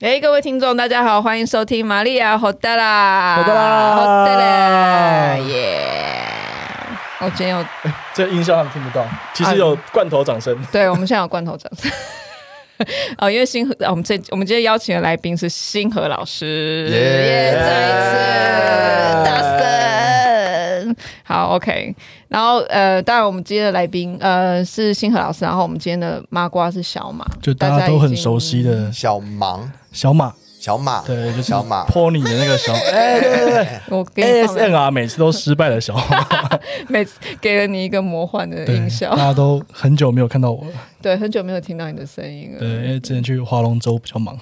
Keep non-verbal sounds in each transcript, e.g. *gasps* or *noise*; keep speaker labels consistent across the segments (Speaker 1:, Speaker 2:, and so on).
Speaker 1: 哎听众，大家好，欢迎收听玛利亚啊好的啦，
Speaker 2: 好的啦
Speaker 1: 好的啦，耶！我啊哦今天有，
Speaker 2: 这个音效他们听不到，其实
Speaker 1: 哎
Speaker 2: 有罐头掌声。
Speaker 1: 对我们现在有罐头掌声。 *laughs* 哦，因为星河，哦我们这我们今天邀请的来宾是星河老师，
Speaker 3: 耶
Speaker 1: 耶再一次大声。好，OK。然后呃，当然我们今天的来宾呃是星河老师，然后我们今天的麻瓜是小马，
Speaker 2: 就大家都很熟
Speaker 1: 的。
Speaker 2: 悉的
Speaker 3: 小盲
Speaker 2: 小马，
Speaker 3: 小马，
Speaker 2: 对，就是
Speaker 3: 小马。
Speaker 2: pony 的那个
Speaker 3: *laughs*
Speaker 2: 小，哎，对对
Speaker 1: 我给
Speaker 2: 对
Speaker 1: 你放了
Speaker 2: ，ASMR 每次都失败的小马，
Speaker 1: 每次给了你一个魔幻的
Speaker 2: 对
Speaker 1: 音，效
Speaker 2: 大，家都很久没有看到我了，
Speaker 1: 对，很久没有听到你的声音
Speaker 2: 对，
Speaker 1: 了。
Speaker 2: 因为之前去划龙舟比
Speaker 1: *laughs*
Speaker 2: 较忙。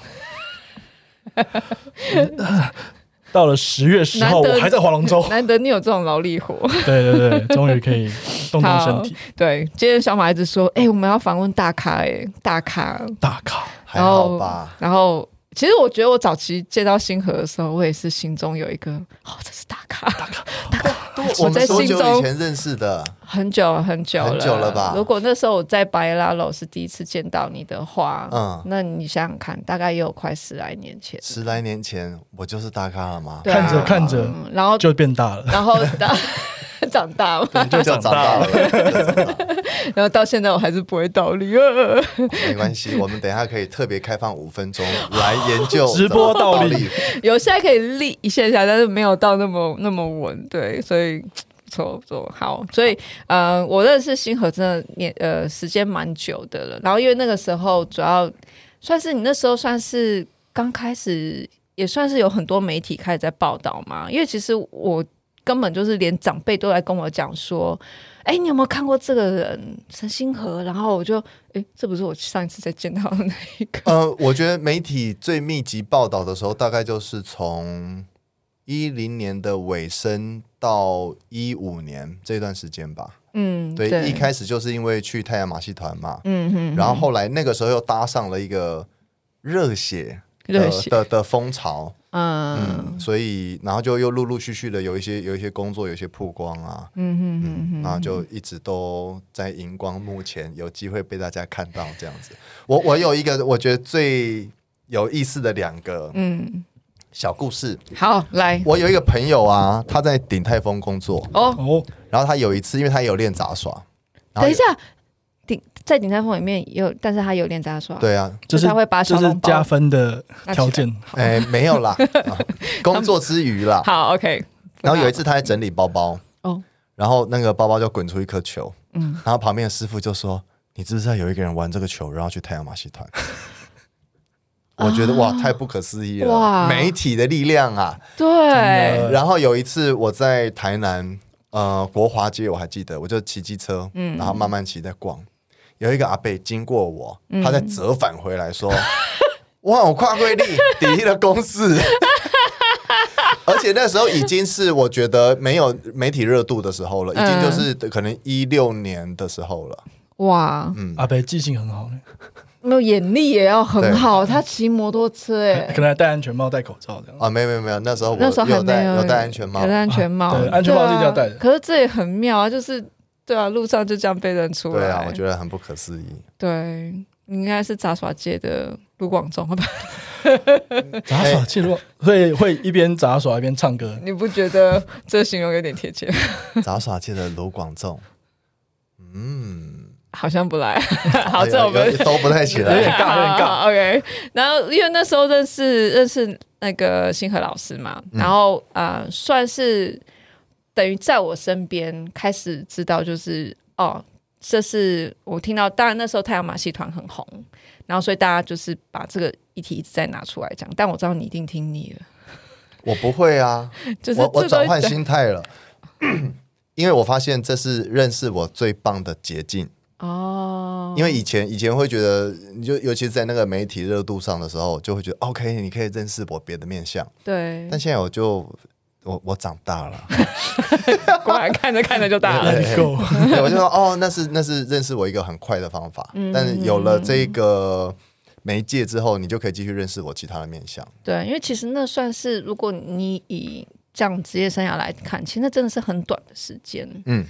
Speaker 2: 到了十月十号，
Speaker 1: 难得。
Speaker 2: 我还在划龙舟
Speaker 1: 难得你有这种劳力活。 *laughs*
Speaker 2: 对对对，终于可以动动身体，
Speaker 1: 对，今天小马一直说，哎、我们要访问大咖、哎，大咖。
Speaker 2: 大咖。
Speaker 3: 还好吧？
Speaker 1: 然后，其实我觉得我早期见到星河的时候，我也是心中有一个，哦，这是大咖，大咖，
Speaker 3: 我
Speaker 1: 哦在
Speaker 3: 们多
Speaker 1: 心
Speaker 3: 久以
Speaker 1: 中
Speaker 3: 前认识的？
Speaker 1: 很久了很久了，
Speaker 3: 很久了吧
Speaker 1: 如果那时候我在白拉楼是第一次见到你的话，嗯
Speaker 3: 嗯，
Speaker 1: 那你想想看，大概也有快十来年前，
Speaker 3: 十来年前我就是大咖了吗？
Speaker 1: 对啊
Speaker 2: 看着看着
Speaker 1: 嗯然后
Speaker 2: 就变大了，
Speaker 1: 然后到 *laughs* 长大嘛，
Speaker 3: 就长大了，
Speaker 1: 然后到现在我还是不会倒立，呃、
Speaker 3: 没关系。我们等一下可以特别开放五分钟来研究
Speaker 2: *laughs* 直播道理
Speaker 3: 怎么
Speaker 1: *laughs* 有现在可以立一下下，但是没有到那么那么稳，对，所以。不错不错，好，所以呃，我认识星河真的年呃时间蛮久的了。然后因为那个时候主要算是你那时候算是刚开始，也算是有很多媒体开始在报道嘛。因为其实我根本就是连长辈都来跟我讲说，哎、你有没有看过这个人陈星河？然后我就哎、这不是我上一次在见到的那一个，
Speaker 3: 呃，我觉得媒体最密集报道的时候，大概就是从一零年的尾声到一五年这段时间吧。
Speaker 1: 嗯，
Speaker 3: 对，一开始就是因为去太阳马戏团嘛，
Speaker 1: 嗯哼，
Speaker 3: 然后后来那个时候又搭上了一个热血的
Speaker 1: 热血，
Speaker 3: 的的风潮，
Speaker 1: 嗯
Speaker 3: 嗯，所以然后就又陆陆续续的有一些有一些工作，有一些曝光啊，
Speaker 1: 嗯哼嗯
Speaker 3: 嗯，然后就一直都在荧光幕前有机会被大家看到这样子。我我有一个我觉得最有意思的两个
Speaker 1: 嗯，
Speaker 3: 小故事，
Speaker 1: 好，来
Speaker 3: 我有一个朋友啊，他在鼎泰丰工作，
Speaker 1: 哦，
Speaker 2: 哦，
Speaker 3: 然后他有一次因为他有练杂耍，然后
Speaker 1: 等一
Speaker 3: 有
Speaker 1: 下，顶在顶泰丰里面有，但是他有练杂耍，，
Speaker 3: 对啊，
Speaker 2: 就是
Speaker 1: 他会把小
Speaker 2: 这
Speaker 1: 笼
Speaker 2: 是
Speaker 1: 包
Speaker 2: 加分的条件，
Speaker 3: 哎、没有
Speaker 1: *laughs*
Speaker 3: 啦，啊工作之余啦。
Speaker 1: 好，OK，
Speaker 3: 然后有一次他在整理包包，
Speaker 1: 哦，
Speaker 3: 然后那个包包就滚出一颗球，
Speaker 1: 嗯
Speaker 3: 嗯，然后旁边的师傅就说：“你知不知道有一个人玩这个球，然后去太阳马戏团？”
Speaker 1: *laughs*
Speaker 3: 我觉得哇，太不可思议了！
Speaker 1: 啊哇
Speaker 3: 媒体的力量啊！
Speaker 1: 对，
Speaker 3: 然后有一次我在台南呃国华街，我还记得，我就骑机车，嗯，然后慢慢骑在逛，有一个阿伯经过我，
Speaker 1: 嗯
Speaker 3: 他在折返回来说：“ *laughs* 哇，我跨贵力抵一了公式。” *laughs* 而且那时候已经是我觉得没有媒体热度的时候了，已
Speaker 1: 嗯
Speaker 3: 经就是可能一六年的时候了。
Speaker 1: 哇，
Speaker 3: 嗯
Speaker 2: 阿北记性很好呢，
Speaker 1: 没有眼力也要很好，他骑摩托车，
Speaker 2: *laughs*
Speaker 3: *laughs*
Speaker 1: 哎，
Speaker 2: 可能还戴安全帽、戴口罩这样。
Speaker 3: 啊，没有没有没有，那时候我
Speaker 1: 那时候还
Speaker 3: 有
Speaker 1: 没
Speaker 3: 戴
Speaker 1: 有
Speaker 3: 有戴安全帽
Speaker 1: 有，戴安全帽，
Speaker 2: 对安全帽是一定要戴的
Speaker 1: 对啊可是这也很妙啊，就是对啊，路上就这样被认出来，
Speaker 3: 对啊，我觉得很不可思议。
Speaker 1: 对，你应该是杂耍界的卢广仲吧？
Speaker 2: 杂耍记录哎会会一边杂耍一边唱歌，
Speaker 1: 你不觉得这形容有点贴切 *laughs* 吗？
Speaker 3: 哎杂耍界的卢广仲，嗯。
Speaker 1: 好像不
Speaker 3: *laughs*
Speaker 1: 来，好，这我
Speaker 3: 哎有
Speaker 1: 们
Speaker 3: 有都不太起
Speaker 2: 有
Speaker 3: 来
Speaker 2: 点。尬有点尬
Speaker 1: 好 OK，然后因为那时候认识认识那个星河老师嘛，然后啊、呃算是等于在我身边开始知道，就是哦，这是我听到，当然那时候太阳马戏团很红，然后所以大家就是把这个议题一直在拿出来讲，但我知道你一定听腻了，
Speaker 3: 我不会啊，
Speaker 1: 就是
Speaker 3: 我我
Speaker 1: 这都
Speaker 3: 转换
Speaker 1: 讲
Speaker 3: 心态了， *clears throat* 因为我发现这是认识我最棒的捷径。
Speaker 1: 嗯哦，
Speaker 3: 因为以前以前会觉得，你就尤其是在那个媒体热度上的时候，就会觉得 OK，你可以认识我别的面相。
Speaker 1: 对，
Speaker 3: 但现在我就我我长大
Speaker 1: *laughs*
Speaker 3: 了，
Speaker 1: 果然看着看着就
Speaker 3: 哎
Speaker 1: 大了，
Speaker 2: Let it go，
Speaker 3: 对，我就说哦，那是那是认识我一个很快的方法。
Speaker 1: 嗯
Speaker 3: 但是有了这个媒介之后，你就可以继续认识我其他的面相。
Speaker 1: 对，因为其实那算是，如果你以这样职业生涯来看，其实那真的是很短的时间。
Speaker 3: 嗯，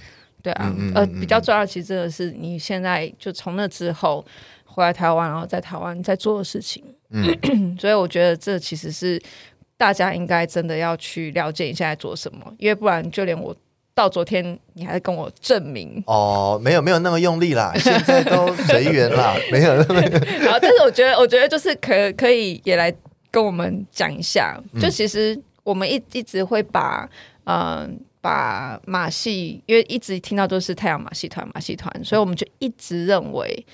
Speaker 1: 对啊，
Speaker 3: 嗯嗯嗯
Speaker 1: 呃，
Speaker 3: 嗯，
Speaker 1: 比较重要，其实真的是你现在就从那之后回来台湾，然后在台湾在做的事情。嗯， *clears throat* 所以我觉得这其实是大家应该真的要去了解你现在做什么，因为不然就连我到昨天你还在跟我证明
Speaker 3: 哦，没有没有那么用力啦，现在都随缘啦， *laughs* 没有那么
Speaker 1: 然后但是我觉得，我觉得就是可可以也来跟我们讲一下，
Speaker 3: 嗯
Speaker 1: 就其实我们一一直会把嗯、呃把马戏，因为一直听到都是太阳马戏团马戏
Speaker 3: 嗯
Speaker 1: 团，所以我们就一直认为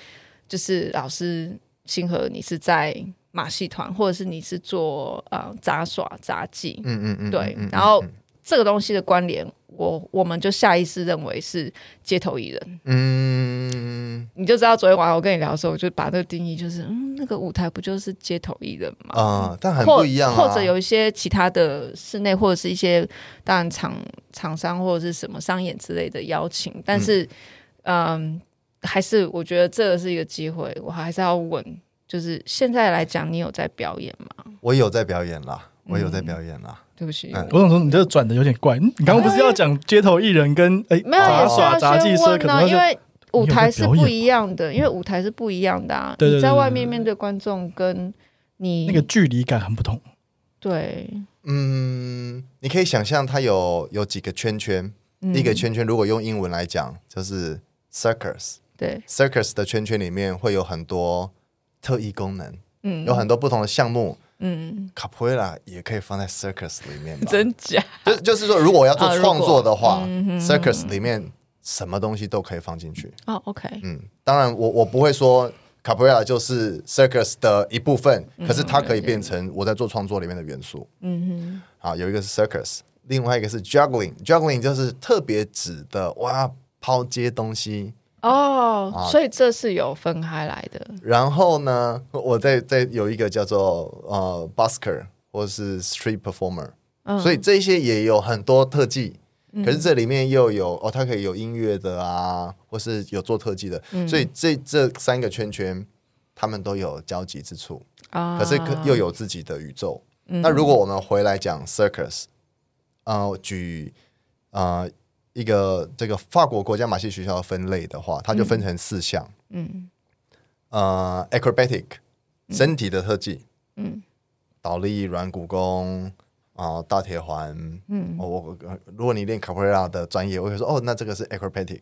Speaker 1: 就是老师星河你是在马戏团，或者是你是做呃杂耍杂技，
Speaker 3: 嗯嗯嗯，
Speaker 1: 对
Speaker 3: 嗯嗯
Speaker 1: 然后这个东西的关联，我我们就下意识认为是街头艺人，
Speaker 3: 嗯
Speaker 1: 你就知道昨天晚上我跟你聊的时候，我就把这个定义就是，嗯，那个舞台不就是街头艺人
Speaker 2: 哦
Speaker 1: 吗？
Speaker 3: 啊，但很
Speaker 1: 或
Speaker 3: 不一样啊，
Speaker 1: 或者有一些其他的室内或者是一些当然厂厂商或者是什么商演之类的邀请，但是嗯还是我觉得这个是一个机会，我还是要问，就是现在来讲，你有在表演吗？
Speaker 3: 我有在表演啦，
Speaker 1: 嗯
Speaker 3: 我有在表演啦，
Speaker 1: 对不起，
Speaker 3: 嗯
Speaker 2: 我想说，你这个转的有点怪。嗯你刚刚不是要讲街头艺人跟哎
Speaker 1: 没有也
Speaker 2: 杂
Speaker 1: 是
Speaker 2: 耍、杂
Speaker 1: 要
Speaker 2: 技
Speaker 1: 先
Speaker 2: 社，可
Speaker 1: 问啊，因
Speaker 2: 能是
Speaker 1: 为舞台是
Speaker 2: 你有在表演
Speaker 1: 不
Speaker 2: 吗
Speaker 1: 一样的，因为舞台是不一样的啊。
Speaker 2: 对对对
Speaker 1: 你在外面
Speaker 2: 对对
Speaker 1: 面对观众跟你
Speaker 2: 那个距离感很不同。
Speaker 1: 对
Speaker 3: 嗯，你可以想象它有有几个圈圈，
Speaker 1: 嗯
Speaker 3: 第一个圈圈如果用英文来讲就是 circus。
Speaker 1: 对
Speaker 3: circus 的圈圈里面会有很多特异功能，
Speaker 1: 嗯
Speaker 3: 有很多不同的项目。
Speaker 1: 嗯
Speaker 3: Capoeira 也可以放在 circus 里面吧？
Speaker 1: 真假
Speaker 3: 就是就是说，如果我要做
Speaker 1: 啊如果
Speaker 3: 创作的话、
Speaker 1: 嗯哼
Speaker 3: c i r c u s 里面什么东西都可以放进去。
Speaker 1: 哦 OK
Speaker 3: 嗯，当然我我不会说 Capoeira 就是 circus 的一部分，可是它可以变成我在做创作里面的元素。
Speaker 1: 嗯
Speaker 3: 啊，有一个是 circus，另外一个是 juggling，juggling 就是特别指的哇抛接东西，
Speaker 1: 哼
Speaker 3: 啊
Speaker 1: 哦，所以这是有分开来的
Speaker 3: 然后呢，我再再有一个叫做呃 busker 或是 street performer，、
Speaker 1: 嗯
Speaker 3: 所以这些也有很多特技。可是这里面又有哦，它可以有音乐的啊，或是有做特技的，
Speaker 1: 嗯
Speaker 3: 所以这这三个圈圈，他们都有交集之处，
Speaker 1: 啊。嗯
Speaker 3: 可是可又有自己的宇宙。那如果我们回来讲 circus，呃，举呃一个这个法国国家马戏学校的分类的话，它就分成四项。
Speaker 1: 嗯
Speaker 3: 呃，acrobatic 身体的特技，
Speaker 1: 嗯
Speaker 3: 倒立、软骨功啊、大铁环。
Speaker 1: 嗯
Speaker 3: 哦，我我如果你练 capoeira 的专业，我会说哦，那这个是 acrobatic。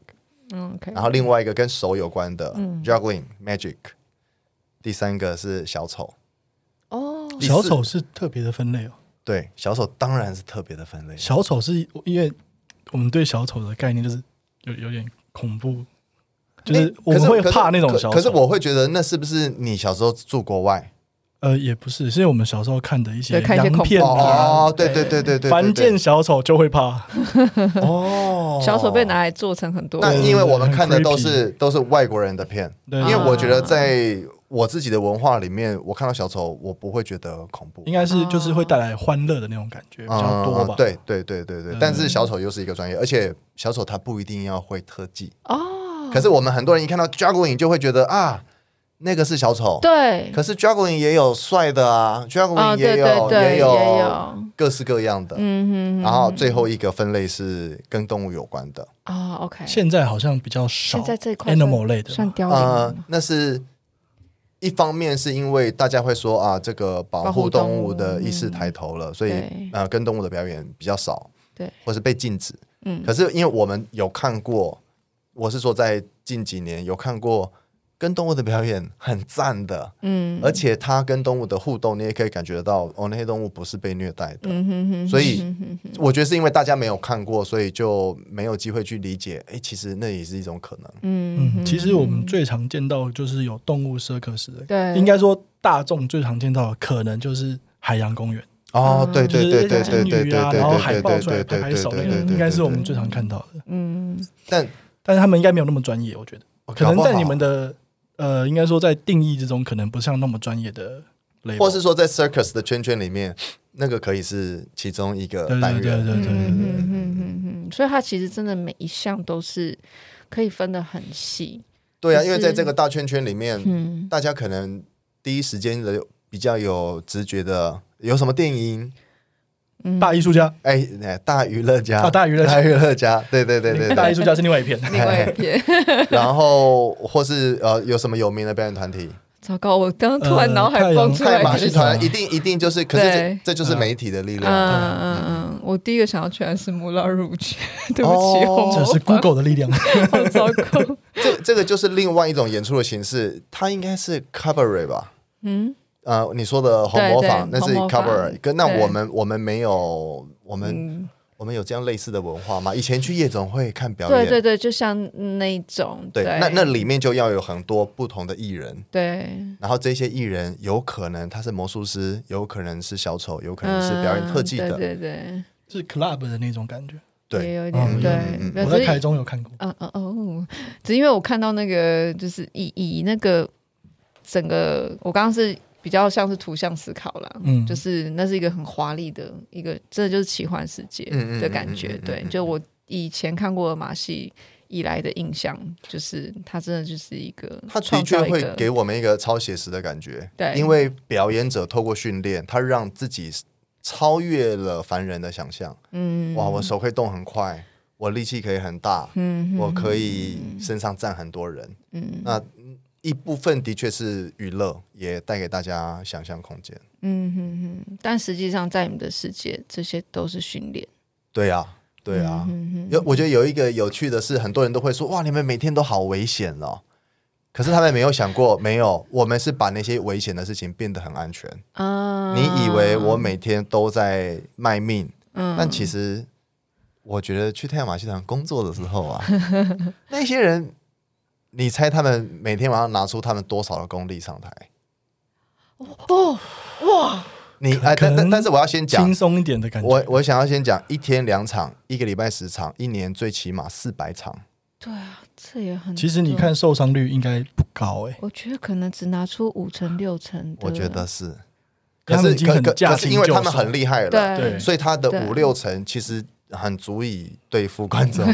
Speaker 1: 嗯 OK
Speaker 3: 然后另外一个跟手有关的、juggling、magic，第三个是小丑。
Speaker 1: 哦
Speaker 3: 第四
Speaker 2: 小丑是特别的分类哦，
Speaker 3: 对，小丑当然是特别的分类。
Speaker 2: 小丑是因为我们对小丑的概念就是有有点恐怖，就是我
Speaker 3: 哎
Speaker 2: 们
Speaker 3: 可是
Speaker 2: 会
Speaker 3: 可是
Speaker 2: 怕那种
Speaker 3: 可
Speaker 2: 小丑。
Speaker 3: 可是我会觉得那是不是你小时候住国外？
Speaker 2: 呃也不是，是因为我们小时候看的一些
Speaker 1: 对看一些
Speaker 2: 洋片
Speaker 1: 恐怖
Speaker 2: 啊，
Speaker 3: 哦，对对对对对，
Speaker 2: 凡
Speaker 3: 对
Speaker 2: 见小丑就会怕。
Speaker 3: 对哦，
Speaker 1: 小手被拿来做成很多
Speaker 3: 那因为我们看的都
Speaker 2: 很
Speaker 3: 是都是外国人的片，
Speaker 2: 对
Speaker 3: 因为我
Speaker 1: 啊
Speaker 3: 觉得在我自己的文化里面，我看到小丑，我不会觉得恐怖，
Speaker 2: 应该是就是会
Speaker 1: 哦
Speaker 2: 带来欢乐的那种感觉比较多
Speaker 3: 嗯嗯
Speaker 2: 吧嗯
Speaker 3: 嗯。对对对对对，但是小丑又是一个专业，而且小丑他不一定要会特技。
Speaker 1: 哦，
Speaker 3: 可是我们很多人一看到 juggling 就会觉得啊，那个是小丑。
Speaker 1: 对
Speaker 3: 可是 juggling 也有帅的啊
Speaker 1: 哦
Speaker 3: ，juggling
Speaker 1: 对
Speaker 3: 也
Speaker 1: 对
Speaker 3: 有
Speaker 1: 对也
Speaker 3: 有
Speaker 1: 有
Speaker 3: 各式各样的。
Speaker 1: 嗯哼
Speaker 3: 然后最后一个分类是跟动物有关的，
Speaker 1: 啊 OK
Speaker 2: 现在好像比较少，
Speaker 1: 现在这一块
Speaker 2: animal 类的
Speaker 1: 算凋零了
Speaker 3: 呃，那是一方面是因为大家会说啊，这个保
Speaker 1: 保护
Speaker 3: 护
Speaker 1: 动
Speaker 3: 动
Speaker 1: 物
Speaker 3: 物的意识抬头了，所以
Speaker 1: 对
Speaker 3: 呃，跟动物的表演比较少，
Speaker 1: 对，
Speaker 3: 或是被禁止。
Speaker 1: 嗯
Speaker 3: 可是因为我们有看过，我是说在近几年有看过跟动物的表演很赞的，
Speaker 1: 嗯
Speaker 3: 而且它跟动物的互动，你也可以感觉得到哦，那些动物不是被虐待的。
Speaker 1: 嗯哼哼，
Speaker 3: 所以
Speaker 1: 嗯哼哼
Speaker 3: 我觉得是因为大家没有看过，所以就没有机会去理解。哎，其实那也是一种可能。
Speaker 1: 嗯
Speaker 2: 嗯，
Speaker 1: 哼
Speaker 2: 其实我们最常见到就是有动物 circus 的，
Speaker 1: 嗯对
Speaker 2: 应该说大众最常见到的可能就是海洋公园，
Speaker 3: 哦
Speaker 1: 嗯，
Speaker 3: 对对对对
Speaker 2: 啊就是
Speaker 3: 对
Speaker 2: 那些
Speaker 3: 对对
Speaker 2: 鲸鱼
Speaker 3: 对
Speaker 2: 啊，
Speaker 3: 对
Speaker 2: 然后
Speaker 3: 对
Speaker 2: 海
Speaker 3: 对
Speaker 2: 豹
Speaker 3: 对
Speaker 2: 出来
Speaker 3: 对
Speaker 2: 拍
Speaker 3: 对
Speaker 2: 拍
Speaker 3: 对
Speaker 2: 手，那
Speaker 3: 对
Speaker 2: 个
Speaker 3: 对，
Speaker 2: 应该是我们
Speaker 3: 对
Speaker 2: 最常看到的，
Speaker 1: 嗯
Speaker 3: 但
Speaker 2: 但是他们应该没有那么专业，我觉得，可能在你们，的呃，应该说在定义之中，可能不像那么专业的类，
Speaker 3: 搞不好或是说在 circus 的圈圈里面，那个可以是其中一个
Speaker 2: 对
Speaker 3: 单
Speaker 2: 对对对
Speaker 3: 元。
Speaker 2: 对对对
Speaker 1: 嗯嗯嗯嗯，所以它其实真的每一项都是可以分得很细。
Speaker 3: 对啊，因
Speaker 1: 就
Speaker 3: 为
Speaker 1: 是
Speaker 3: 在这个大圈圈里面，
Speaker 1: 嗯，
Speaker 3: 大家可能第一时间的比较有直觉的，有什么电影
Speaker 2: 大艺术家，
Speaker 3: 哎，哎大娱乐家
Speaker 1: 哦
Speaker 2: 啊大娱乐家
Speaker 3: 大娱乐家，对对对对
Speaker 2: 大
Speaker 3: 对
Speaker 2: 艺。术家是另外一
Speaker 1: *laughs*
Speaker 2: 片。
Speaker 1: 另外一篇，
Speaker 3: 然后或是呃，有什么有名的表演团体？
Speaker 1: 糟糕，我刚刚突然
Speaker 2: 呃
Speaker 1: 脑海
Speaker 2: 太阳
Speaker 1: 蹦出
Speaker 3: 太
Speaker 1: 来
Speaker 3: 马
Speaker 1: 就是
Speaker 3: 戏团一定一定就是，可是
Speaker 1: 对
Speaker 3: 这这就是媒体的力
Speaker 1: 嗯
Speaker 3: 量。
Speaker 1: 嗯嗯，我第一个想要去的是穆拉入去，对不起，
Speaker 3: 哦
Speaker 1: 我
Speaker 2: 这是 Google 的力量， *laughs*
Speaker 1: 好糟糕。
Speaker 3: 这这个就是另外一种演出的形式，它应该是 cabaret 吧？
Speaker 1: 嗯，
Speaker 3: 呃，你说的红模坊
Speaker 1: 对
Speaker 3: 那
Speaker 1: 对
Speaker 3: 是
Speaker 1: 红模坊
Speaker 3: cabaret，跟那
Speaker 1: 对
Speaker 3: 我们我们没有我们、我们有这样类似的文化吗？以前去夜总会看表
Speaker 1: 对
Speaker 3: 演，
Speaker 1: 对对，就像那种，
Speaker 3: 对那那里面就要有很多不同的艺人，
Speaker 1: 对
Speaker 3: 然后这些艺人有可能他是魔术师，有可能是小丑，有可能是表演特技的，
Speaker 1: 嗯对对
Speaker 2: 是 club 的那种感觉。
Speaker 1: 对，
Speaker 3: 对
Speaker 1: 也有
Speaker 2: 嗯
Speaker 1: 点
Speaker 3: 嗯嗯
Speaker 1: 对。
Speaker 2: 我
Speaker 1: 可
Speaker 2: 在
Speaker 1: 是
Speaker 2: 台中有看过，
Speaker 1: 啊啊哦，只是因为我看到那个，就是以以那个整个，我刚刚是比较像是图像思考啦，
Speaker 2: 嗯
Speaker 1: 就是那是一个很华丽的一个，这就是奇幻世界
Speaker 3: 嗯嗯
Speaker 1: 的
Speaker 3: 嗯
Speaker 1: 感
Speaker 3: 嗯
Speaker 1: 觉。
Speaker 3: 嗯嗯
Speaker 1: 对，
Speaker 3: 嗯
Speaker 1: 就我以前看过的马戏以来的印象，就是它真的就是一个
Speaker 3: 他的
Speaker 1: 创造
Speaker 3: 确
Speaker 1: 一
Speaker 3: 会
Speaker 1: 个
Speaker 3: 给我们一个超写实的感觉，
Speaker 1: 对
Speaker 3: 因为表演者透过训练，他让自己超越了凡人的想象。
Speaker 1: 嗯
Speaker 3: 哇，我手可以动很快，我力气可以很大，
Speaker 1: 嗯
Speaker 3: 我可以身上站很多人。
Speaker 1: 嗯
Speaker 3: 那一部分的确是娱乐，也带给大家想象空间。
Speaker 1: 嗯嗯嗯，但实际上在你的世界，这些都是训练。
Speaker 3: 对啊，对啊。
Speaker 1: 嗯
Speaker 3: 有，我觉得有一个有趣的是，很多人都会说：“哇，你们每天都好危险哦。”可是他们没有
Speaker 1: *laughs*
Speaker 3: 想过，没有，我们是把那些危险的事情变得很安全。
Speaker 1: 啊
Speaker 3: 你以为我每天都在卖命，
Speaker 1: 嗯
Speaker 3: 但其实我觉得去太阳马戏团工作的时候
Speaker 1: *laughs*
Speaker 3: 啊，那些人，你猜他们每天晚上拿出他们多少的功力上台？
Speaker 1: 哦哇
Speaker 3: 你哎，
Speaker 2: 可
Speaker 3: 但
Speaker 2: 能
Speaker 3: 但但是我要先
Speaker 2: 轻
Speaker 3: 讲，啊
Speaker 2: 松一点的感觉。
Speaker 3: 我我想要先讲，一天两场，一个礼拜十场，一年最起码四百场。
Speaker 1: 对啊，这也很。
Speaker 2: 其实你，看受伤率应该不高
Speaker 3: 嗯
Speaker 2: 哎，
Speaker 1: 我觉得可能只拿出五成六成的。
Speaker 3: 我觉得是，
Speaker 2: *laughs*
Speaker 3: 可
Speaker 2: 他们
Speaker 3: 是
Speaker 2: 已经
Speaker 3: 可
Speaker 2: 很
Speaker 3: 可
Speaker 2: 驾
Speaker 3: 可是
Speaker 2: 轻
Speaker 3: 因为
Speaker 2: 就
Speaker 3: 他们
Speaker 2: 熟。
Speaker 3: 很厉害了，
Speaker 1: 对
Speaker 2: 对
Speaker 3: 所以他的
Speaker 1: 对
Speaker 3: 五六成其实很足以对付观
Speaker 1: *laughs*
Speaker 2: *laughs*
Speaker 3: 众。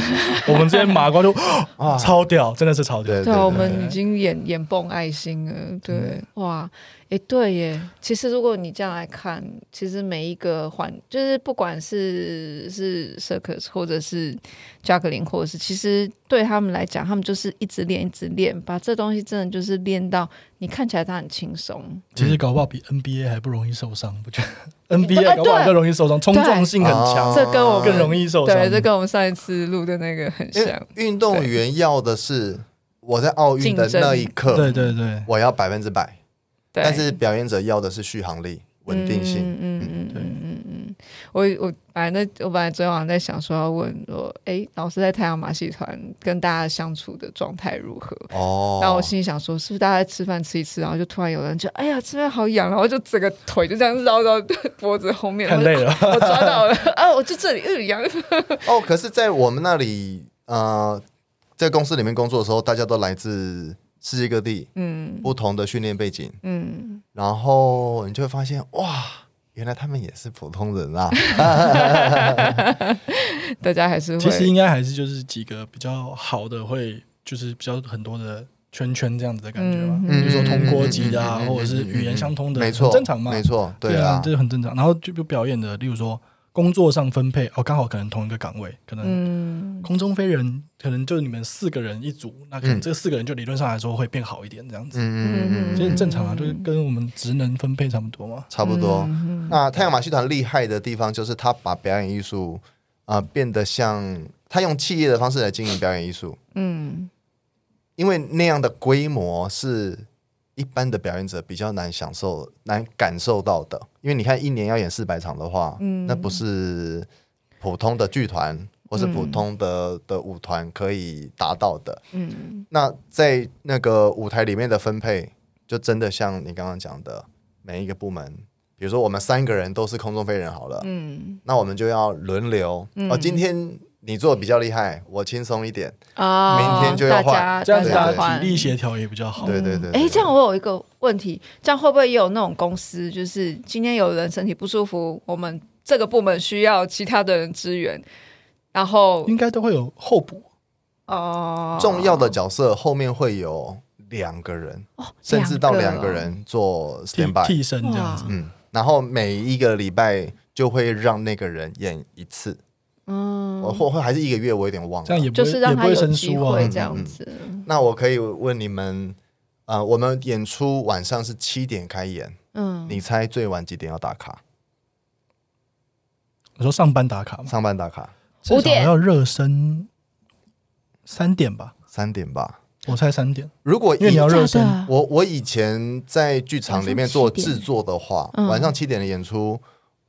Speaker 2: 我们之前麻瓜就
Speaker 3: *laughs* 啊
Speaker 2: 超屌，真的是超屌。
Speaker 3: 对嗯嗯
Speaker 1: 对啊，我们
Speaker 2: 对
Speaker 1: 已经眼眼蹦爱心了。对，哇，诶，对耶。其实如果你这样来看，其实每一个环，就是不管是是 circus 或者是 juggling，或者是其实对他们来讲，他们就是一直练，一直练，把这东西真的就是练到你看起来它很轻松。
Speaker 2: 其实搞不好比 NBA 还不容易受伤，不
Speaker 3: *laughs*
Speaker 2: 觉得
Speaker 1: 哎
Speaker 2: ？NBA 搞不好更容易受伤，冲撞性很强，
Speaker 1: 这跟我
Speaker 3: 啊
Speaker 1: 们
Speaker 2: 更容易受伤。
Speaker 1: 对，这跟我们上一次录的那个很
Speaker 3: 因
Speaker 1: 像
Speaker 3: 为。运动员要的是我在奥运的
Speaker 1: 竞争
Speaker 3: 那一刻，
Speaker 2: 对对对
Speaker 3: 我要百分之百，
Speaker 1: 对
Speaker 3: 但是表演者要的是续航力、稳定性。
Speaker 1: 嗯嗯嗯
Speaker 2: 对
Speaker 1: 嗯嗯嗯，我我反正我本来昨天晚上在想说要问说，哎，老师在太阳马戏团跟大家相处的状态如何？
Speaker 3: 哦，
Speaker 1: 然后我心里想说，是不是大家在吃饭吃一吃，然后就突然有人就哎呀这边好痒，然后就整个腿就这样绕到 *laughs* 脖子后面，
Speaker 2: 太累了。
Speaker 1: 我就我抓到了， *laughs* 啊，我就这里又痒，
Speaker 3: 哦，可是，在我们那里，呃，在公司里面工作的时候，大家都来自世界各地，
Speaker 1: 嗯
Speaker 3: 不同的训练背景，
Speaker 1: 嗯，
Speaker 3: 然后你就会发现，哇，原来他们也是普通人啊。
Speaker 1: 大家还是
Speaker 2: 其实
Speaker 1: 会
Speaker 2: 应该还是就是几个比较好的，会就是比较很多的圈圈这样子的感觉吧。
Speaker 1: 嗯
Speaker 2: 比如说同国籍
Speaker 3: 级
Speaker 2: 的啊，或者
Speaker 3: 嗯
Speaker 2: 是语言相通的，
Speaker 3: 没错，
Speaker 2: 很正常嘛。
Speaker 3: 没错，对
Speaker 2: 啊
Speaker 3: 啊，
Speaker 2: 这很正常。然后就比如表演的，例如说工作上分配，哦，刚好可能同一个岗位，可能
Speaker 1: 嗯
Speaker 2: 空中飞人，可能就你们四个人一组，那可能
Speaker 3: 嗯
Speaker 2: 这四个人就理论上来说会变好一点，这样子，
Speaker 3: 嗯嗯嗯
Speaker 2: 这
Speaker 3: 嗯，
Speaker 2: 很正常啊，就是跟我们职能分配差不多嘛。
Speaker 3: 差不多。
Speaker 1: 嗯
Speaker 3: 那太阳马戏团厉害的地方就是他把表演艺术啊、呃变得像他用企业的方式来经营表演艺术，
Speaker 1: 嗯
Speaker 3: 因为那样的规模是一般的表演者比较难享受、难感受到的。因为你看一年要演四百场的话，
Speaker 1: 嗯
Speaker 3: 那不是普通的剧团或是普通的、的舞团可以达到的。
Speaker 1: 嗯
Speaker 3: 那在那个舞台里面的分配，就真的像你刚刚讲的，每一个部门，比如说我们三个人都是空中飞人好了，
Speaker 1: 嗯
Speaker 3: 那我们就要轮流。哦，今天你做的比较厉害，我轻松一点。
Speaker 1: 啊，
Speaker 3: 明天就要换
Speaker 1: 大家
Speaker 2: 这样
Speaker 1: 大
Speaker 2: 子
Speaker 1: 家
Speaker 3: 对
Speaker 2: 大
Speaker 3: 对
Speaker 2: 家
Speaker 1: 呃换
Speaker 2: 体力协调也比较好。
Speaker 3: 对对对。
Speaker 1: 哎、
Speaker 3: 对
Speaker 1: 这样我有一个问题，这样会不会也有那种公司，就是今天有人身体不舒服，我们这个部门需要其他的人支援，然后
Speaker 2: 应该都会有候补，
Speaker 1: 哦，
Speaker 3: 重要的角色后面会有两个人，
Speaker 1: 哦
Speaker 3: 甚至到两
Speaker 1: 个
Speaker 3: 个人做
Speaker 2: 替
Speaker 3: stand by。
Speaker 2: 替身这样子
Speaker 1: 哇。
Speaker 3: 嗯，然后每一个礼拜就会让那个人演一次，
Speaker 1: 嗯，
Speaker 3: 或或还是一个月，我有点忘
Speaker 2: 这样
Speaker 3: 了。
Speaker 2: 也不
Speaker 1: 就
Speaker 2: 会
Speaker 1: 是让
Speaker 2: 也不
Speaker 1: 他
Speaker 2: 会
Speaker 1: 有
Speaker 2: 生
Speaker 1: 机
Speaker 2: 疏啊
Speaker 1: 会。
Speaker 3: 嗯
Speaker 1: 这样
Speaker 3: 嗯
Speaker 1: 子。
Speaker 3: 那我可以问你们，呃，我们演出晚上是七点开演，
Speaker 1: 嗯，
Speaker 3: 你猜最晚几点要打卡？
Speaker 2: 我说上班打卡嘛，
Speaker 3: 上班打卡
Speaker 2: 至
Speaker 1: 五
Speaker 2: 少
Speaker 1: 点
Speaker 2: 要热身三点吧，
Speaker 3: 三点吧。
Speaker 2: 我猜三点，
Speaker 3: 如果
Speaker 2: 因为
Speaker 3: 以
Speaker 2: 你要热
Speaker 1: 真的
Speaker 2: 身
Speaker 1: 假。的
Speaker 3: 我我以前在剧场里面做
Speaker 1: 晚上七点
Speaker 3: 制作的话，
Speaker 1: 嗯
Speaker 3: 晚上七点的演出，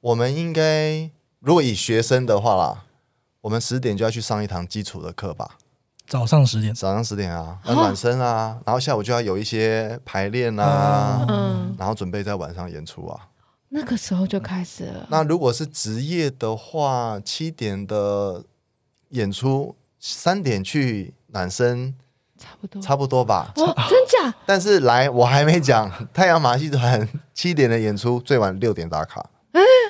Speaker 3: 我们应该如果以学生的话啦，我们十点就要去上一堂基础的课吧，
Speaker 2: 早上十点，
Speaker 3: 早上十点啊，
Speaker 1: 哦
Speaker 3: 要暖身啊，然后下午就要有一些排练啊，
Speaker 1: 嗯，
Speaker 3: 然后准备在晚上演出啊。
Speaker 1: 那个时候就开始了。
Speaker 3: 那如果是职业的话，七点的演出，三点去暖身，
Speaker 1: 差不多。
Speaker 3: 差不多吧。
Speaker 1: 哇，真假？
Speaker 3: 但是来，我还没讲 *laughs* 太阳马戏团七点的演出，最晚六点打卡。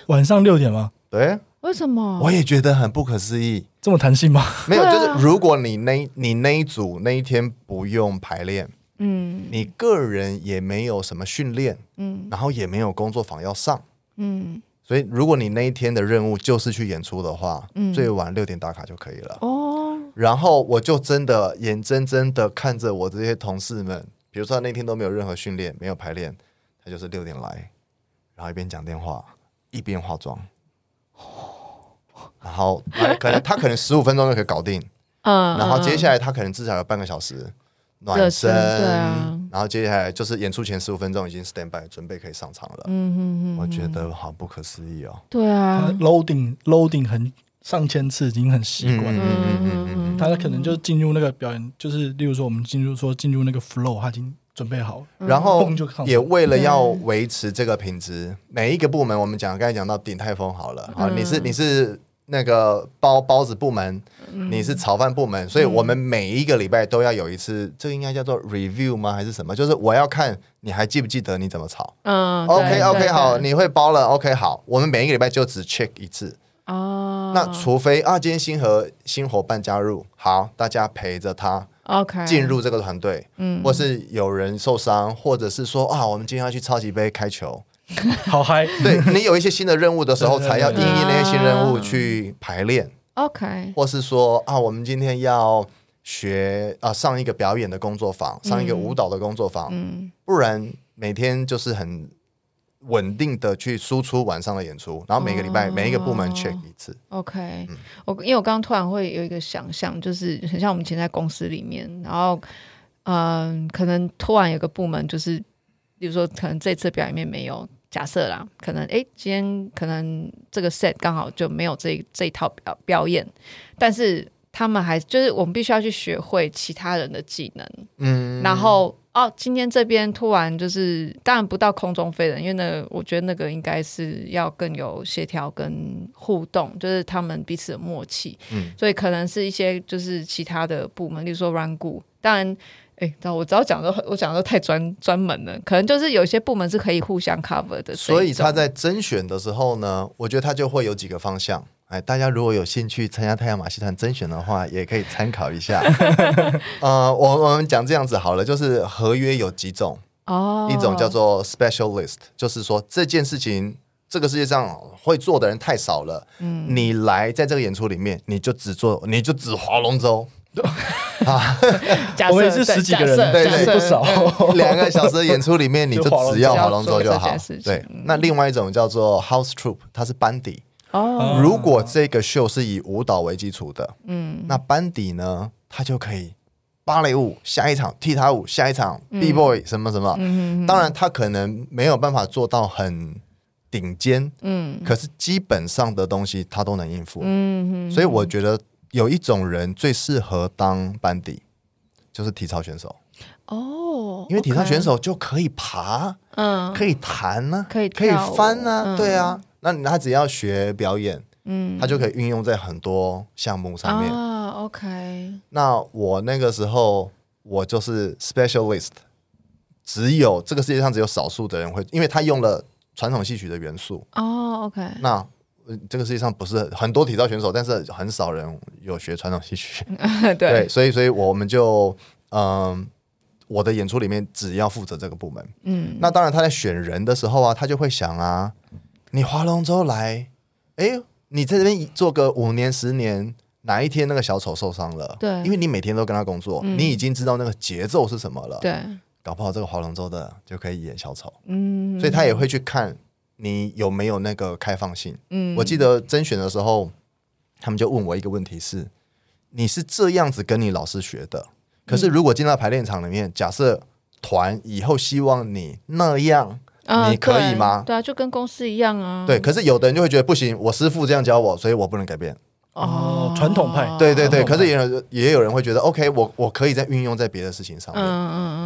Speaker 2: 晚上六点吗？
Speaker 3: 对，
Speaker 1: 为什么？
Speaker 3: 我也觉得很不可思议。
Speaker 2: 这么弹性吗？
Speaker 3: 没有，
Speaker 1: 哦对
Speaker 3: 就
Speaker 1: 啊
Speaker 3: 是如果你那你那一组那一天不用排练，
Speaker 1: 嗯
Speaker 3: 你个人也没有什么训练，
Speaker 1: 嗯
Speaker 3: 然后也没有工作坊要上，
Speaker 1: 嗯，
Speaker 3: 所以如果你那一天的任务就是去演出的话，
Speaker 1: 嗯
Speaker 3: 最晚六点打卡就可以了。
Speaker 1: 哦，
Speaker 3: 然后我就真的眼睁睁的看着我这些同事们，比如说那天都没有任何训练，没有排练，他就是六点来，然后一边讲电话一边化妆，然后他可能他可能十五分钟就可以搞定，
Speaker 1: 嗯，
Speaker 3: 然后接下
Speaker 1: 来
Speaker 3: 来他可能至少有半个小时暖
Speaker 1: 热
Speaker 3: 身，
Speaker 1: 身对啊
Speaker 3: 然后接下来就是演出前十五分钟已经 stand by 准备可以上场了，
Speaker 1: 嗯嗯嗯，
Speaker 3: 我觉得好不可思议哦。
Speaker 1: 对啊
Speaker 2: 它，loading loading 很上千次已经很习惯
Speaker 3: 嗯
Speaker 2: 了，
Speaker 3: 嗯嗯嗯，
Speaker 2: 他可能就进入那个表演，就是例如说我们进入说进入那个 flow，他已经准备好了。
Speaker 3: 然后
Speaker 2: 蹦就上
Speaker 3: 也为了要维持这个品质，每一个部门我们讲，刚才讲到鼎泰丰好了，啊，你是你是那个包包子部门，你是炒饭部门，所以我们每一个礼拜都要有一次，这个应该叫做 review 吗？还是什么？就是我要看你还记不记得你怎么炒。
Speaker 1: 嗯
Speaker 3: OK OK 好，你会包了 OK 好，我们每一个礼拜就只 check 一次。
Speaker 1: 哦，
Speaker 3: 那除非啊，今天新和新伙伴加入，好，大家陪着他，
Speaker 1: OK
Speaker 3: 进入这个团队，
Speaker 1: 嗯
Speaker 3: 或是有人受伤，或者是说啊，我们今天要去超级杯
Speaker 1: *laughs*
Speaker 3: 开球，
Speaker 2: 好嗨！
Speaker 3: 对你有一些新的任务的时候，
Speaker 2: 对对对
Speaker 3: 才要应
Speaker 2: 对
Speaker 3: 应那些新任务
Speaker 1: 啊
Speaker 3: 去排练，
Speaker 1: 嗯 OK，
Speaker 3: 或是说啊，我们今天要学啊上一个表演的工作坊，上一个舞蹈的工作坊，
Speaker 1: 嗯
Speaker 3: 不然每天就是很稳定的去输出晚上的演出，然后每个礼拜、
Speaker 1: 哦
Speaker 3: 每一个部门 check 一次，
Speaker 1: OK，我
Speaker 3: 嗯
Speaker 1: 因为我刚刚突然会有一个想象，就是很像我们以前在公司里面，然后嗯，可能突然有个部门就是，比如说可能这次表演里面没有。假设啦，可能诶，今天可能这个 set 刚好就没有这一这一套表表演，但是他们还就是我们必须要去学会其他人的技能，
Speaker 3: 嗯，
Speaker 1: 然后哦，今天这边突然就是，当然不到空中飞人，因为那个我觉得那个应该是要更有协调跟互动，就是他们彼此的默契。
Speaker 3: 嗯，
Speaker 1: 所以可能是一些就是其他的部门，例如说软骨，当然。哎，那我只要讲的，我讲的太专专门了，可能就是有一些部门是可以互相 cover 的这一种。
Speaker 3: 所以他在甄选的时候呢，我觉得他就会有几个方向。哎，大家如果有兴趣参加太阳马戏团甄选的话，也可以参考一下。呃，我我们讲这样子好了，就是合约有几种，
Speaker 1: 哦，
Speaker 3: 一种叫做 specialist，就是说这件事情这个世界上会做的人太少了，你来在这个演出里面，你就只做，你就只划龙舟，
Speaker 1: 假设，
Speaker 2: 我们也是十几个人，
Speaker 1: 对
Speaker 3: 对
Speaker 1: 假
Speaker 3: 对
Speaker 1: 设
Speaker 2: 不少。 *laughs*
Speaker 3: 嗯两个小时的演出里面，你就只要划龙舟就
Speaker 1: 就划
Speaker 3: 好
Speaker 1: 龙舟。
Speaker 3: 对，那另外一种叫做 house troupe，它是班底。
Speaker 1: 哦，
Speaker 3: 如果这个秀是以舞蹈为基础的，嗯，那班底呢，他就可以芭蕾舞下一场，踢踏舞下一场，B
Speaker 1: 嗯
Speaker 3: boy 什么什么。当然，他可能没有办法做到很顶尖，
Speaker 1: 嗯
Speaker 3: 可是基本上的东西他都能应付。
Speaker 1: 嗯
Speaker 3: 所以我觉得有一种人最适合当班底，就是体操选手，
Speaker 1: 哦，
Speaker 3: 因为体操
Speaker 1: OK
Speaker 3: 选手就可以爬，
Speaker 1: 嗯
Speaker 3: 可以弹呢、
Speaker 1: 可以
Speaker 3: 可以
Speaker 1: 跳舞
Speaker 3: 翻呢、
Speaker 1: 嗯
Speaker 3: 对啊。那他只要学表演，
Speaker 1: 嗯
Speaker 3: 他就可以运用在很多项目上面。
Speaker 1: 啊，OK，
Speaker 3: 那我那个时候，我就是 specialist，只有这个世界上只有少数的人会，因为他用了传统戏曲的元素。
Speaker 1: 哦，OK，
Speaker 3: 那、呃这个世界上不是很多体操选手，但是很少人有学传统戏曲。对，，所以所以我们就嗯、我的演出里面只要负责这个部门。
Speaker 1: 嗯，
Speaker 3: 那当然他在选人的时候啊，他就会想啊，你划龙舟来，哎，你在这边做个五年十年，哪一天那个小丑受伤了？
Speaker 1: 对嗯
Speaker 3: 因为你每天都跟他工作，你已经知道那个节奏是什么了。
Speaker 1: 对，
Speaker 3: 搞不好这个划龙舟的就可以演小丑，
Speaker 1: 嗯，
Speaker 3: 所以他也会去看你有没有那个开放性。
Speaker 1: 嗯
Speaker 3: 我记得甄选的时候，他们就问我一个问题是：你是这样子跟你老师学的，可是如果进到排练场里面，假设团以后希望你那样，
Speaker 1: 啊
Speaker 3: 你可以吗
Speaker 1: 对对啊，就跟公司一样啊。
Speaker 3: 对，可是有的人就会觉得不行，我师傅这样教我，所以我不能改变。
Speaker 2: 哦传统派
Speaker 3: 对对对，
Speaker 2: 哦
Speaker 3: 可是也有也有人会觉得，OK，我我可以再运用在别的事情上
Speaker 1: 嗯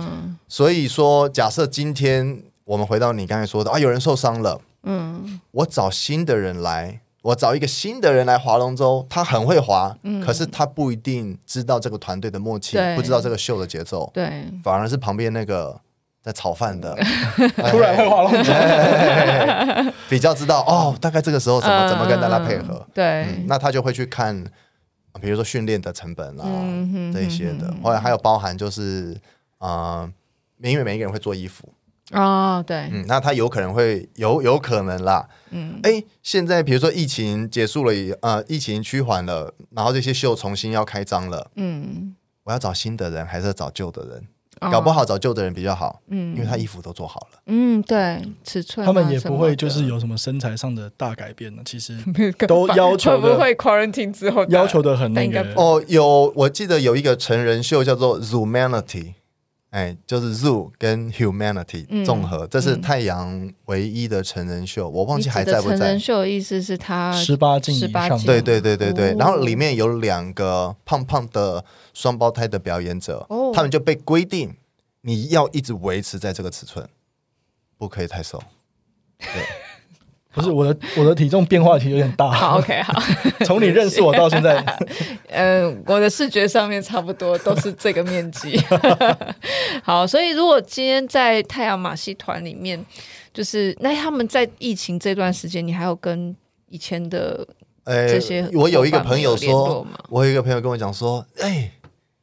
Speaker 3: 面。
Speaker 1: 嗯
Speaker 3: 所以说，假设今天我们回到你刚才说的啊，有人受伤了，
Speaker 1: 嗯
Speaker 3: 我找新的人来，我找一个新的人来划龙舟，他很会划，可是他不一定知道这个团队的默契，
Speaker 1: 嗯对
Speaker 3: 不知道这个秀的节奏
Speaker 1: 嗯，，对，
Speaker 3: 反而是旁边那个在炒饭的，
Speaker 2: 突然会划
Speaker 3: 哎
Speaker 2: 龙舟，
Speaker 3: *laughs* 比较知道哦，大概这个时候怎么怎么跟大家配合。
Speaker 1: 嗯？呃对，
Speaker 3: 嗯，那他就会去看，啊比如说训练的成本啦、啊
Speaker 1: 嗯哼
Speaker 3: 这一些的，后来还有包含就是啊、呃因为每一个人会做衣服，
Speaker 1: 哦，对，
Speaker 3: 嗯，那他有可能会有有可能啦，嗯，哎，现在比如说疫情结束了以，呃，疫情趋缓了，然后这些秀重新要开张了，
Speaker 1: 嗯，
Speaker 3: 我要找新的人还是找旧的人？
Speaker 1: 哦
Speaker 3: 搞不，好找旧的人比较好，因为
Speaker 1: 嗯
Speaker 3: 他衣服都做好了，
Speaker 1: 嗯，对，尺寸啊
Speaker 2: 他们也不会就
Speaker 1: 什
Speaker 2: 是有什么身材上的大改变呢。其实
Speaker 3: 嗯
Speaker 1: *laughs* 么的
Speaker 2: 都要求的
Speaker 1: 会不会 quarantine 之后
Speaker 2: 要求的很那
Speaker 1: 但
Speaker 2: 个
Speaker 1: 应该，
Speaker 3: 哦，有我记得有一个成人秀叫做 Zoomanity，哎，就是 Zoo 跟 Humanity
Speaker 1: 嗯
Speaker 3: 综合，这是太阳唯一的成人秀，我忘
Speaker 1: 你
Speaker 3: 记
Speaker 1: 指
Speaker 3: 还
Speaker 1: 的
Speaker 3: 在不
Speaker 1: 成
Speaker 3: 在
Speaker 1: 人。秀的意思是他
Speaker 2: 十八禁以
Speaker 1: 18
Speaker 2: 上
Speaker 1: 禁
Speaker 3: 对对对对对，
Speaker 1: 哦
Speaker 3: 然后里面有两个胖胖的双胞胎的表演者，
Speaker 1: 哦
Speaker 3: 他们就被规定你要一直维持在这个尺寸，不可以太瘦。
Speaker 2: 不是我的我的体重变化其实有点大，
Speaker 1: 好 OK 好，
Speaker 2: *laughs* 从你认识我到现在，
Speaker 1: 呃，我的视觉上面差不多都是这个面积。 *laughs* 好，所以如果今天在太阳马戏团里面，就是那他们在疫情这段时间，你还有跟以前的
Speaker 3: 哎
Speaker 1: 这些、
Speaker 3: 我有一个朋友
Speaker 1: 联络
Speaker 3: 说，
Speaker 1: 吗？
Speaker 3: 我有一个朋友跟我讲说，哎、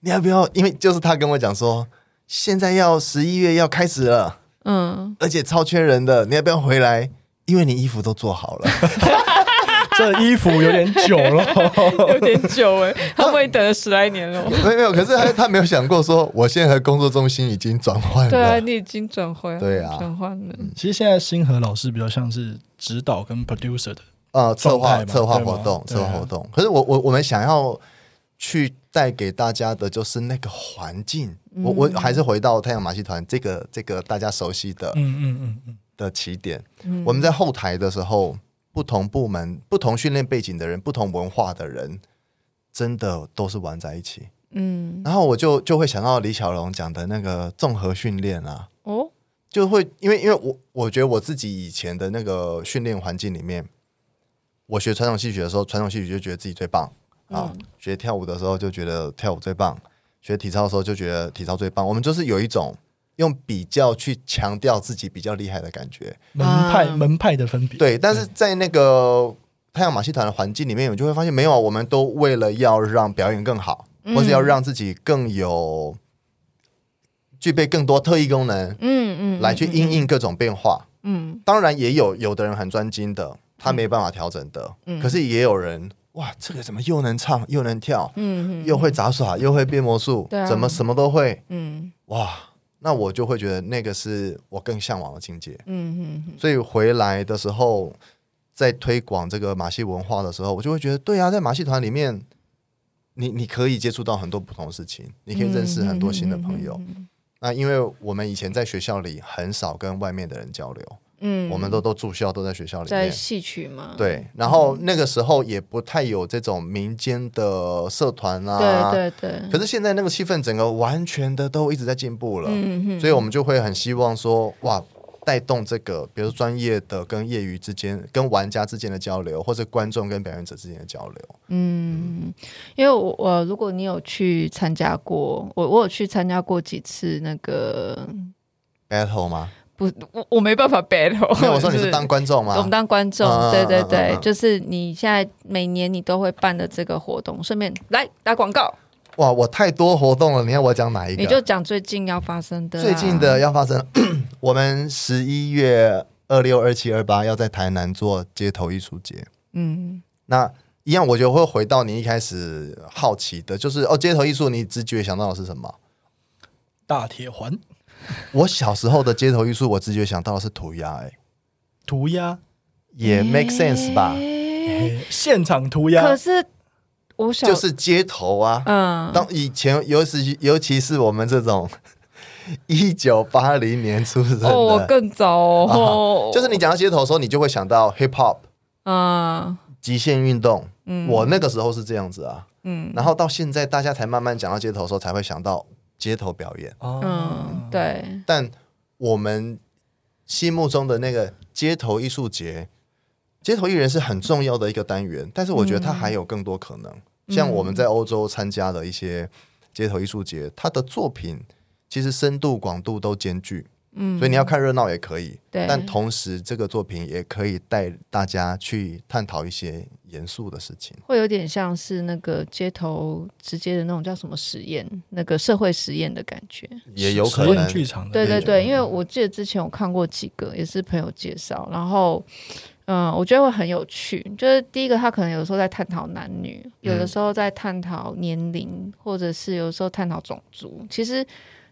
Speaker 3: 你要不要？因为就是他跟我讲说，现在要十一月要开始了， *laughs*
Speaker 1: 嗯，
Speaker 3: 而且超缺人的，你要不要回来？因为你衣服都做好了。 *laughs*
Speaker 2: 这衣服有点久了。
Speaker 1: 有点久哎、他们也等了十来年
Speaker 3: *laughs*
Speaker 1: 了。
Speaker 3: 没有没有，可是他他没有想过说，我现在的工作重心已经转换了。
Speaker 1: 对啊，你已经转换，
Speaker 3: 对啊
Speaker 1: 转换了。
Speaker 2: 其实现在星河老师比较像是指导跟 producer 的，
Speaker 3: 呃，策
Speaker 2: 状
Speaker 3: 划
Speaker 2: 态嘛
Speaker 3: 策划
Speaker 2: 对吗
Speaker 3: 活动，
Speaker 2: 对
Speaker 3: 策
Speaker 2: 啊
Speaker 3: 划活动。可是我我我们想要去带给大家的就是那个环境。我我还是回到太阳马戏团这个这个大家熟悉的
Speaker 2: 嗯嗯嗯嗯，
Speaker 3: 的起点。
Speaker 1: 嗯
Speaker 3: 嗯我们在后台的时候，不同部门、不同训练背景的人、不同文化的人，真的都是玩在一起。
Speaker 1: 嗯，
Speaker 3: 然后我就就会想到李小龙讲的那个综合训练啊，
Speaker 1: 哦，
Speaker 3: 就会因为因为我我觉得我自己以前的那个训练环境里面，我学传统戏曲的时候，传统戏曲就觉得自己最棒啊；
Speaker 1: 嗯
Speaker 3: 学跳舞的时候就觉得跳舞最棒；学体操的时候就觉得体操最棒。我们就是有一种用比较去强调自己比较厉害的感觉。
Speaker 2: 门派、
Speaker 1: 啊
Speaker 2: 门派的分别，
Speaker 3: 对，
Speaker 1: 嗯
Speaker 3: 但是在那个太阳马戏团的环境里面，你就会发现没有啊，我们都为了要让表演更好，或
Speaker 1: 嗯
Speaker 3: 是要让自己更有具备更多特异功能，
Speaker 1: 嗯嗯，
Speaker 3: 来去应应各种变化。
Speaker 1: 嗯，
Speaker 3: 当然也有有的人很专精的，他没办法调整的，
Speaker 1: 嗯
Speaker 3: 可是也有人。哇，这个怎么又能唱又能跳，
Speaker 1: 嗯
Speaker 3: 又会杂耍又会变魔术，
Speaker 1: 对啊
Speaker 3: 怎么什么都会？
Speaker 1: 嗯
Speaker 3: 哇，那我就会觉得那个是我更向往的境界。
Speaker 1: 嗯嗯
Speaker 3: 所以回来的时候，在推广这个马戏文化的时候，我就会觉得，对啊，在马戏团里面，你你可以接触到很多不同的事情，你可以认识很多新的朋
Speaker 1: 嗯
Speaker 3: 友。那因为我们以前在学校里很少跟外面的人交流，
Speaker 1: 嗯，
Speaker 3: 我们都都住校，都在学校里
Speaker 1: 在嗯
Speaker 3: 面。
Speaker 1: 戏曲嘛，
Speaker 3: 对，然后那个时候也不太有这种民间的社团啊，
Speaker 1: 对对对，
Speaker 3: 可是现在那个气氛整个完全的都一直在进步了，
Speaker 1: 嗯
Speaker 3: 所以我们就会很希望说，哇，带动这个，比如说专业的跟业余之间、跟玩家之间的交流，或者观众跟表演者之间的交流。
Speaker 1: 嗯，因为我我如果你有去参加过，我我有去参加过几次那个，
Speaker 3: battle 吗？
Speaker 1: 不，我我没办法 battle，
Speaker 3: 没有，我说你
Speaker 1: *laughs* 就是
Speaker 3: 当观众
Speaker 1: 我们
Speaker 3: 吗？
Speaker 1: 当观众，
Speaker 3: 啊
Speaker 1: 对对
Speaker 3: 啊啊
Speaker 1: 对，
Speaker 3: 啊
Speaker 1: 就是你现在每年你都会办的这个活动，顺便来打广告，
Speaker 3: 哇，我太多活动了，你要我讲哪一
Speaker 1: 你就
Speaker 3: 个？
Speaker 1: 讲最近要发生的啊、
Speaker 3: 最近的要发生， *clears throat* 我们十一月二六、二七、二八要在台南做街头艺术节，
Speaker 1: 嗯，
Speaker 3: 那一样，我觉得会回到你一开始好奇的，就是哦，街头艺术，你直觉想到的是什么？
Speaker 2: 大铁环、
Speaker 3: 我小时候的街头艺术，我直觉想到的是涂鸦、欸，哎，
Speaker 2: 涂鸦、
Speaker 3: 也 make sense 吧？
Speaker 1: 诶
Speaker 2: 诶现场涂鸦
Speaker 1: 可，是我想，
Speaker 3: 就是街头啊。
Speaker 1: 嗯，
Speaker 3: 当以前，尤其尤其是我们这种 *laughs* 一九八零年出生的，啊
Speaker 1: 哦，我更早哦，
Speaker 3: 就是你讲到街头的时候，你就会想到 hip hop、
Speaker 1: 嗯
Speaker 3: 极限运动。我那个时候是这样子啊。
Speaker 1: 嗯
Speaker 3: 然后到现在，大家才慢慢讲到街头的时候，才会想到街头表演。
Speaker 2: 哦
Speaker 3: 哦
Speaker 1: 嗯，对，
Speaker 3: 但我们心目中的那个街头艺术节，街头艺人是很重要的一个单元，但是我觉得它还有更多可能。
Speaker 1: 嗯
Speaker 3: 像我们在欧洲参加的一些街头艺术节，它的作品其实深度广度都兼具，
Speaker 1: 嗯，
Speaker 3: 所以你要看热闹也可以，
Speaker 1: 对
Speaker 3: 但同时这个作品也可以带大家去探讨一些严肃的事情。
Speaker 1: 会有点像是那个街头直接的那种叫什么实验，那个社会实验的感觉。
Speaker 3: 也有可
Speaker 2: 实
Speaker 3: 能
Speaker 2: 验剧场的
Speaker 1: 对
Speaker 2: 那
Speaker 1: 对
Speaker 2: 种
Speaker 1: 对，因为我记得之前我看过几个，也是朋友介绍，然后。嗯，我觉得会很有趣。就是第一个，他可能有时候在探讨男女，有的时候在探讨年龄，或者是有的时候探讨种族。其实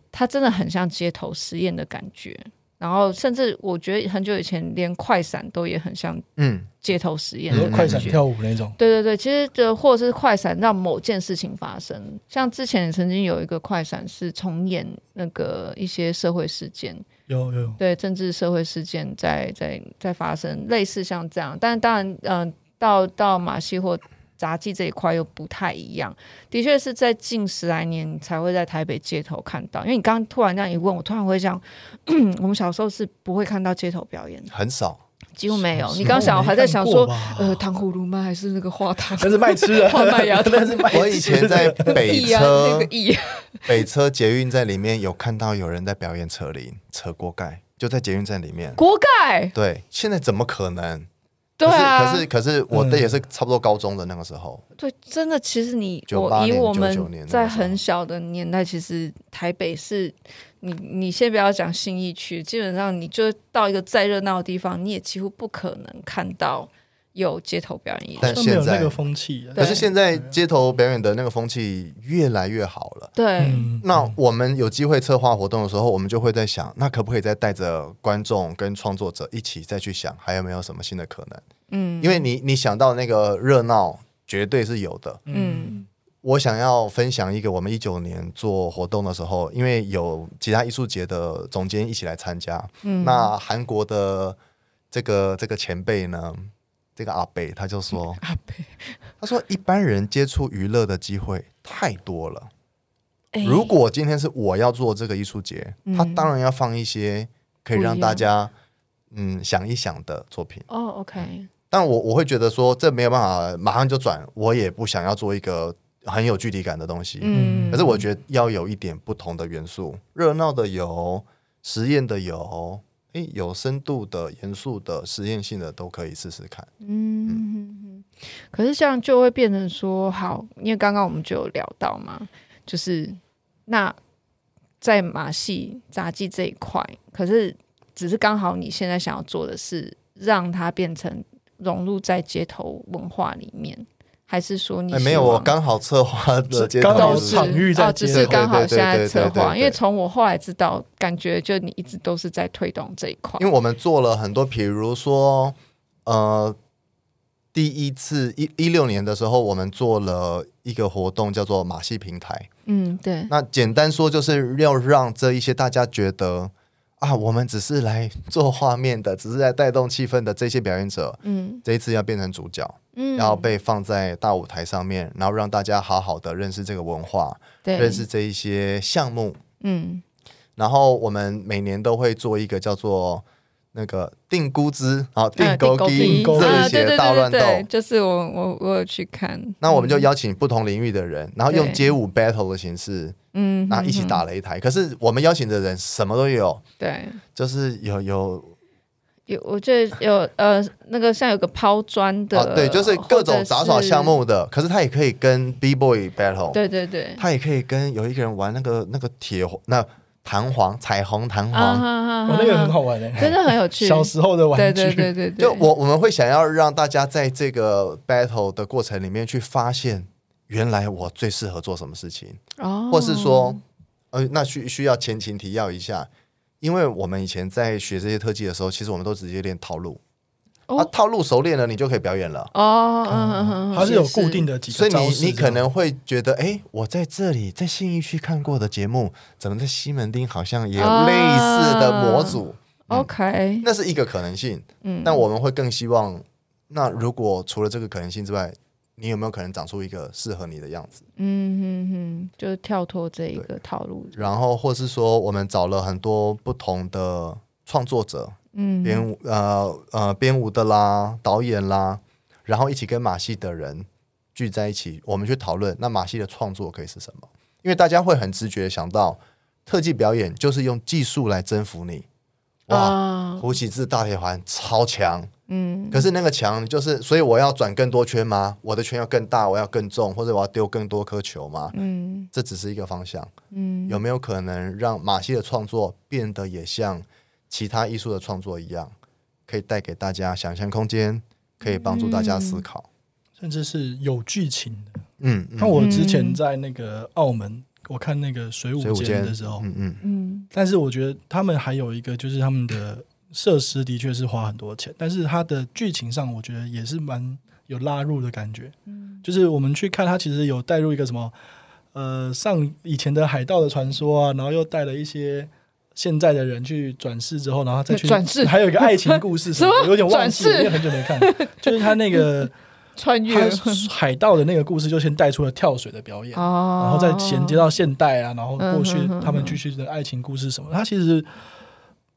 Speaker 1: 它真的很像街头实验的感觉。然后，甚至我觉得很久以前连快闪都也很像
Speaker 3: 嗯，
Speaker 1: 街头实验
Speaker 2: 你
Speaker 1: 的
Speaker 2: 说
Speaker 1: 感觉。
Speaker 2: 快闪跳舞那种，
Speaker 1: 对对对，其实就或者是快闪让某件事情发生，像之前曾经有一个快闪是重演那个一些社会事件，
Speaker 2: 有有有
Speaker 1: 对政治社会事件在在在发生，类似像这样，但当然，嗯、到到马戏或杂技这一块又不太一样，的确是在近十来年才会在台北街头看到，因为你刚刚突然这样一问，我突然会想， *clears throat* 我们小时候是不会看到街头表演的，
Speaker 3: 很少。
Speaker 1: 几乎没有。你
Speaker 2: 什么
Speaker 1: 刚刚想，
Speaker 2: 我
Speaker 1: 我
Speaker 2: 没
Speaker 1: 还在想
Speaker 2: 看
Speaker 1: 说
Speaker 2: 过吧，
Speaker 1: 呃，糖葫芦吗？还是那个花糖？
Speaker 2: 但是卖
Speaker 1: *laughs*
Speaker 2: 吃的，
Speaker 1: 换麦
Speaker 2: *laughs*
Speaker 1: 芽糖
Speaker 2: 但是卖吃的
Speaker 3: 我以前在
Speaker 1: *laughs*
Speaker 3: 北
Speaker 1: 意啊，
Speaker 3: 车
Speaker 1: 那个意，
Speaker 3: 北车捷运站里面有看到有人在表演扯铃、扯锅盖，就在捷运站里面。
Speaker 1: 锅盖，
Speaker 3: 对，现在怎么可能？
Speaker 1: 对啊，
Speaker 3: 可是可是可是我的
Speaker 2: 嗯
Speaker 3: 也是差不多高中的那个时候，
Speaker 1: 对，真的，其实你
Speaker 3: 98
Speaker 1: 我以
Speaker 3: 年
Speaker 1: 我
Speaker 3: 99年那
Speaker 1: 们
Speaker 3: 个
Speaker 1: 在
Speaker 3: 时候
Speaker 1: 很小的年代，其实台北是你你先不要讲信义区，基本上你就到一个再热闹的地方，你也几乎不可能看到有街头表演艺术。
Speaker 3: 但
Speaker 2: 都没有
Speaker 3: 现在
Speaker 2: 那个风气啊了。
Speaker 1: 对
Speaker 3: 可是现在街头表演的那个风气越来越好了。
Speaker 1: 对，
Speaker 2: 嗯，
Speaker 3: 那我们有机会策划活动的时候，我们就会在想，那可不可以再带着观众跟创作者一起再去想，还有没有什么新的可能？
Speaker 1: 嗯
Speaker 3: 因为你你想到那个热闹，绝对是有的。
Speaker 1: 嗯
Speaker 3: 我想要分享一个我们一九年做活动的时候，因为有其他艺术节的总监一起来参加，
Speaker 1: 嗯，
Speaker 3: 那韩国的这个这个前辈呢，这个阿贝他就说，
Speaker 1: 阿啊北，
Speaker 3: 他说一般人接触娱乐的机会太多了。
Speaker 1: 哎
Speaker 3: 如果今天是我要做这个艺术节，
Speaker 1: 嗯
Speaker 3: 他当然要放一些可以让
Speaker 1: 不一样
Speaker 3: 大家嗯想一想的作品。
Speaker 1: 哦，OK，
Speaker 3: 但我我会觉得说，这没有办法马上就转，我也不想要做一个很有距离感的东西。
Speaker 1: 嗯，
Speaker 3: 可是我觉得要有一点不同的元素，热闹的有，实验的有，诶，有深度的、严肃的、实验性的都可以试试看。
Speaker 1: 嗯，可是这样就会变成说，好，因为刚刚我们就有聊到嘛，就是那在马戏杂技这一块，可是只是刚好你现在想要做的是让它变成融入在街头文化里面，还是说你
Speaker 3: 哎，
Speaker 1: 希
Speaker 3: 没有，
Speaker 1: 望
Speaker 3: 我刚好策划的街头
Speaker 2: 刚好
Speaker 1: 都
Speaker 3: 艺
Speaker 1: 是
Speaker 3: 术
Speaker 2: 场域在
Speaker 1: 哦，
Speaker 2: 街
Speaker 1: 只
Speaker 2: 头
Speaker 1: 是刚好
Speaker 3: 对对对
Speaker 1: 现在策
Speaker 3: 对对
Speaker 1: 划，
Speaker 3: 对
Speaker 1: 因为从我后来知道，感觉就你一直都是在推动这一块
Speaker 3: 因，为我们做了很多，比如说，呃，第一次一一六年的时候，我们做了一个活动，叫做马戏平台。
Speaker 1: 嗯，对，
Speaker 3: 那简单说，就是要让这一些大家觉得啊，我们只是来做画面的，只是来带动气氛的这些表演者，
Speaker 1: 嗯
Speaker 3: 这一次要变成主角，
Speaker 1: 嗯，
Speaker 3: 然后被放在大舞台上面，然后让大家好好的认识这个文化，
Speaker 1: 对
Speaker 3: 认识这一些项目。
Speaker 1: 嗯
Speaker 3: 然后我们每年都会做一个叫做那个定估值，然后定
Speaker 1: 嗯
Speaker 3: 勾
Speaker 2: 定
Speaker 3: 机
Speaker 2: 勾稽
Speaker 3: 热
Speaker 1: 啊对
Speaker 3: 血
Speaker 1: 对
Speaker 3: 大
Speaker 1: 对
Speaker 3: 乱
Speaker 1: 对对，
Speaker 3: 斗。
Speaker 1: 就是我我我有去看，
Speaker 3: 那我们就邀请不同领域的人，然后用
Speaker 1: 对
Speaker 3: 街舞 battle 的形式，
Speaker 1: 嗯，
Speaker 3: 然后一起打擂台。可是我们邀请的人什么都有，
Speaker 1: 对。
Speaker 3: 就是有有
Speaker 1: 有，我记得有呃，那个像有个抛砖的、
Speaker 3: 啊，对，就是各
Speaker 1: 或
Speaker 3: 种
Speaker 1: 者
Speaker 3: 杂耍
Speaker 1: 是
Speaker 3: 项，目的。可是他也可以跟 B boy battle，
Speaker 1: 对对对，
Speaker 3: 他也可以跟有一个人玩那个那个铁那弹簧、彩虹弹
Speaker 1: 啊
Speaker 3: 簧。
Speaker 1: 哈哈
Speaker 2: 我
Speaker 1: 哈
Speaker 2: 哦那个很好玩的，
Speaker 1: 啊真的很有趣。
Speaker 2: 小时候的玩
Speaker 1: 对
Speaker 2: 具，
Speaker 1: 对对对对，
Speaker 3: 就我我们会想要让大家在这个 battle 的过程里面去发现，原来我最适合做什么事情，
Speaker 1: 哦，
Speaker 3: 或是说，呃，那需需要前情提要一下，因为我们以前在学这些特技的时候，其实我们都直接练套路，
Speaker 1: 哦
Speaker 3: 啊，套路熟练了，你就可以表演了。
Speaker 1: 哦，嗯嗯嗯，
Speaker 2: 它是有固定的几
Speaker 3: 所
Speaker 2: 个
Speaker 3: 以
Speaker 2: 招
Speaker 3: 你
Speaker 2: 式
Speaker 3: 你
Speaker 2: 这样
Speaker 3: 可能会觉得，哎，我在这里在信义区看过的节目，怎么在西门町好像也
Speaker 1: 啊
Speaker 3: 有类似的模组？
Speaker 1: OK，
Speaker 3: 那是一个可能性。
Speaker 1: 嗯，
Speaker 3: 但我们会更希望，那如果除了这个可能性之外，你有没有可能长出一个适合你的样子？
Speaker 1: 嗯嗯嗯，就是跳脱这一个套路，
Speaker 3: 然后，或是说，我们找了很多不同的创作者，
Speaker 1: 嗯，
Speaker 3: 编舞呃呃编舞的啦，导演啦，然后一起跟马戏的人聚在一起，我们去讨论那马戏的创作可以是什么？因为大家会很直觉地想到，特技表演就是用技术来征服你。哇，
Speaker 1: 哇，
Speaker 3: 胡启志大铁环超强，
Speaker 1: 啊嗯，
Speaker 3: 可是那个墙就是，所以我要转更多圈吗？我的圈要更大，我要更重，或者我要丢更多颗球吗？
Speaker 1: 嗯
Speaker 3: 这只是一个方向，
Speaker 1: 嗯，
Speaker 3: 有没有可能让马戏的创作变得也像其他艺术的创作一样，可以带给大家想象空间，可以帮助大家思考？
Speaker 2: 甚至是有剧情的。
Speaker 3: 嗯，嗯
Speaker 2: 那我之前在那个澳门，我看那个水舞
Speaker 3: 所以我今
Speaker 2: 间
Speaker 3: 天
Speaker 2: 的时候，
Speaker 3: 嗯嗯，
Speaker 1: 嗯
Speaker 2: 但是我觉得他们还有一个就是他们的设施的确是花很多钱，但是它的剧情上我觉得也是蛮有拉入的感觉。
Speaker 1: 嗯
Speaker 2: 就是我们去看它，其实有带入一个什么呃上以前的海盗的传说啊，然后又带了一些。现在的人去转世之后，然后再
Speaker 1: *laughs*
Speaker 2: 去
Speaker 1: 转世
Speaker 2: 还有一个爱情
Speaker 1: *laughs*
Speaker 2: 故事什么
Speaker 1: 什
Speaker 2: 的，
Speaker 1: 么
Speaker 2: 有点忘记了，
Speaker 1: 转世
Speaker 2: 因为很久没看。就是他
Speaker 1: *laughs*
Speaker 2: 那个
Speaker 1: 穿越
Speaker 2: 他海盗的那个故事，就先带出了跳水的表演，
Speaker 1: 哦，
Speaker 2: 然后再衔接到现代啊，然后过去
Speaker 1: 嗯哼
Speaker 2: 他们继续的爱情故事什么，他其实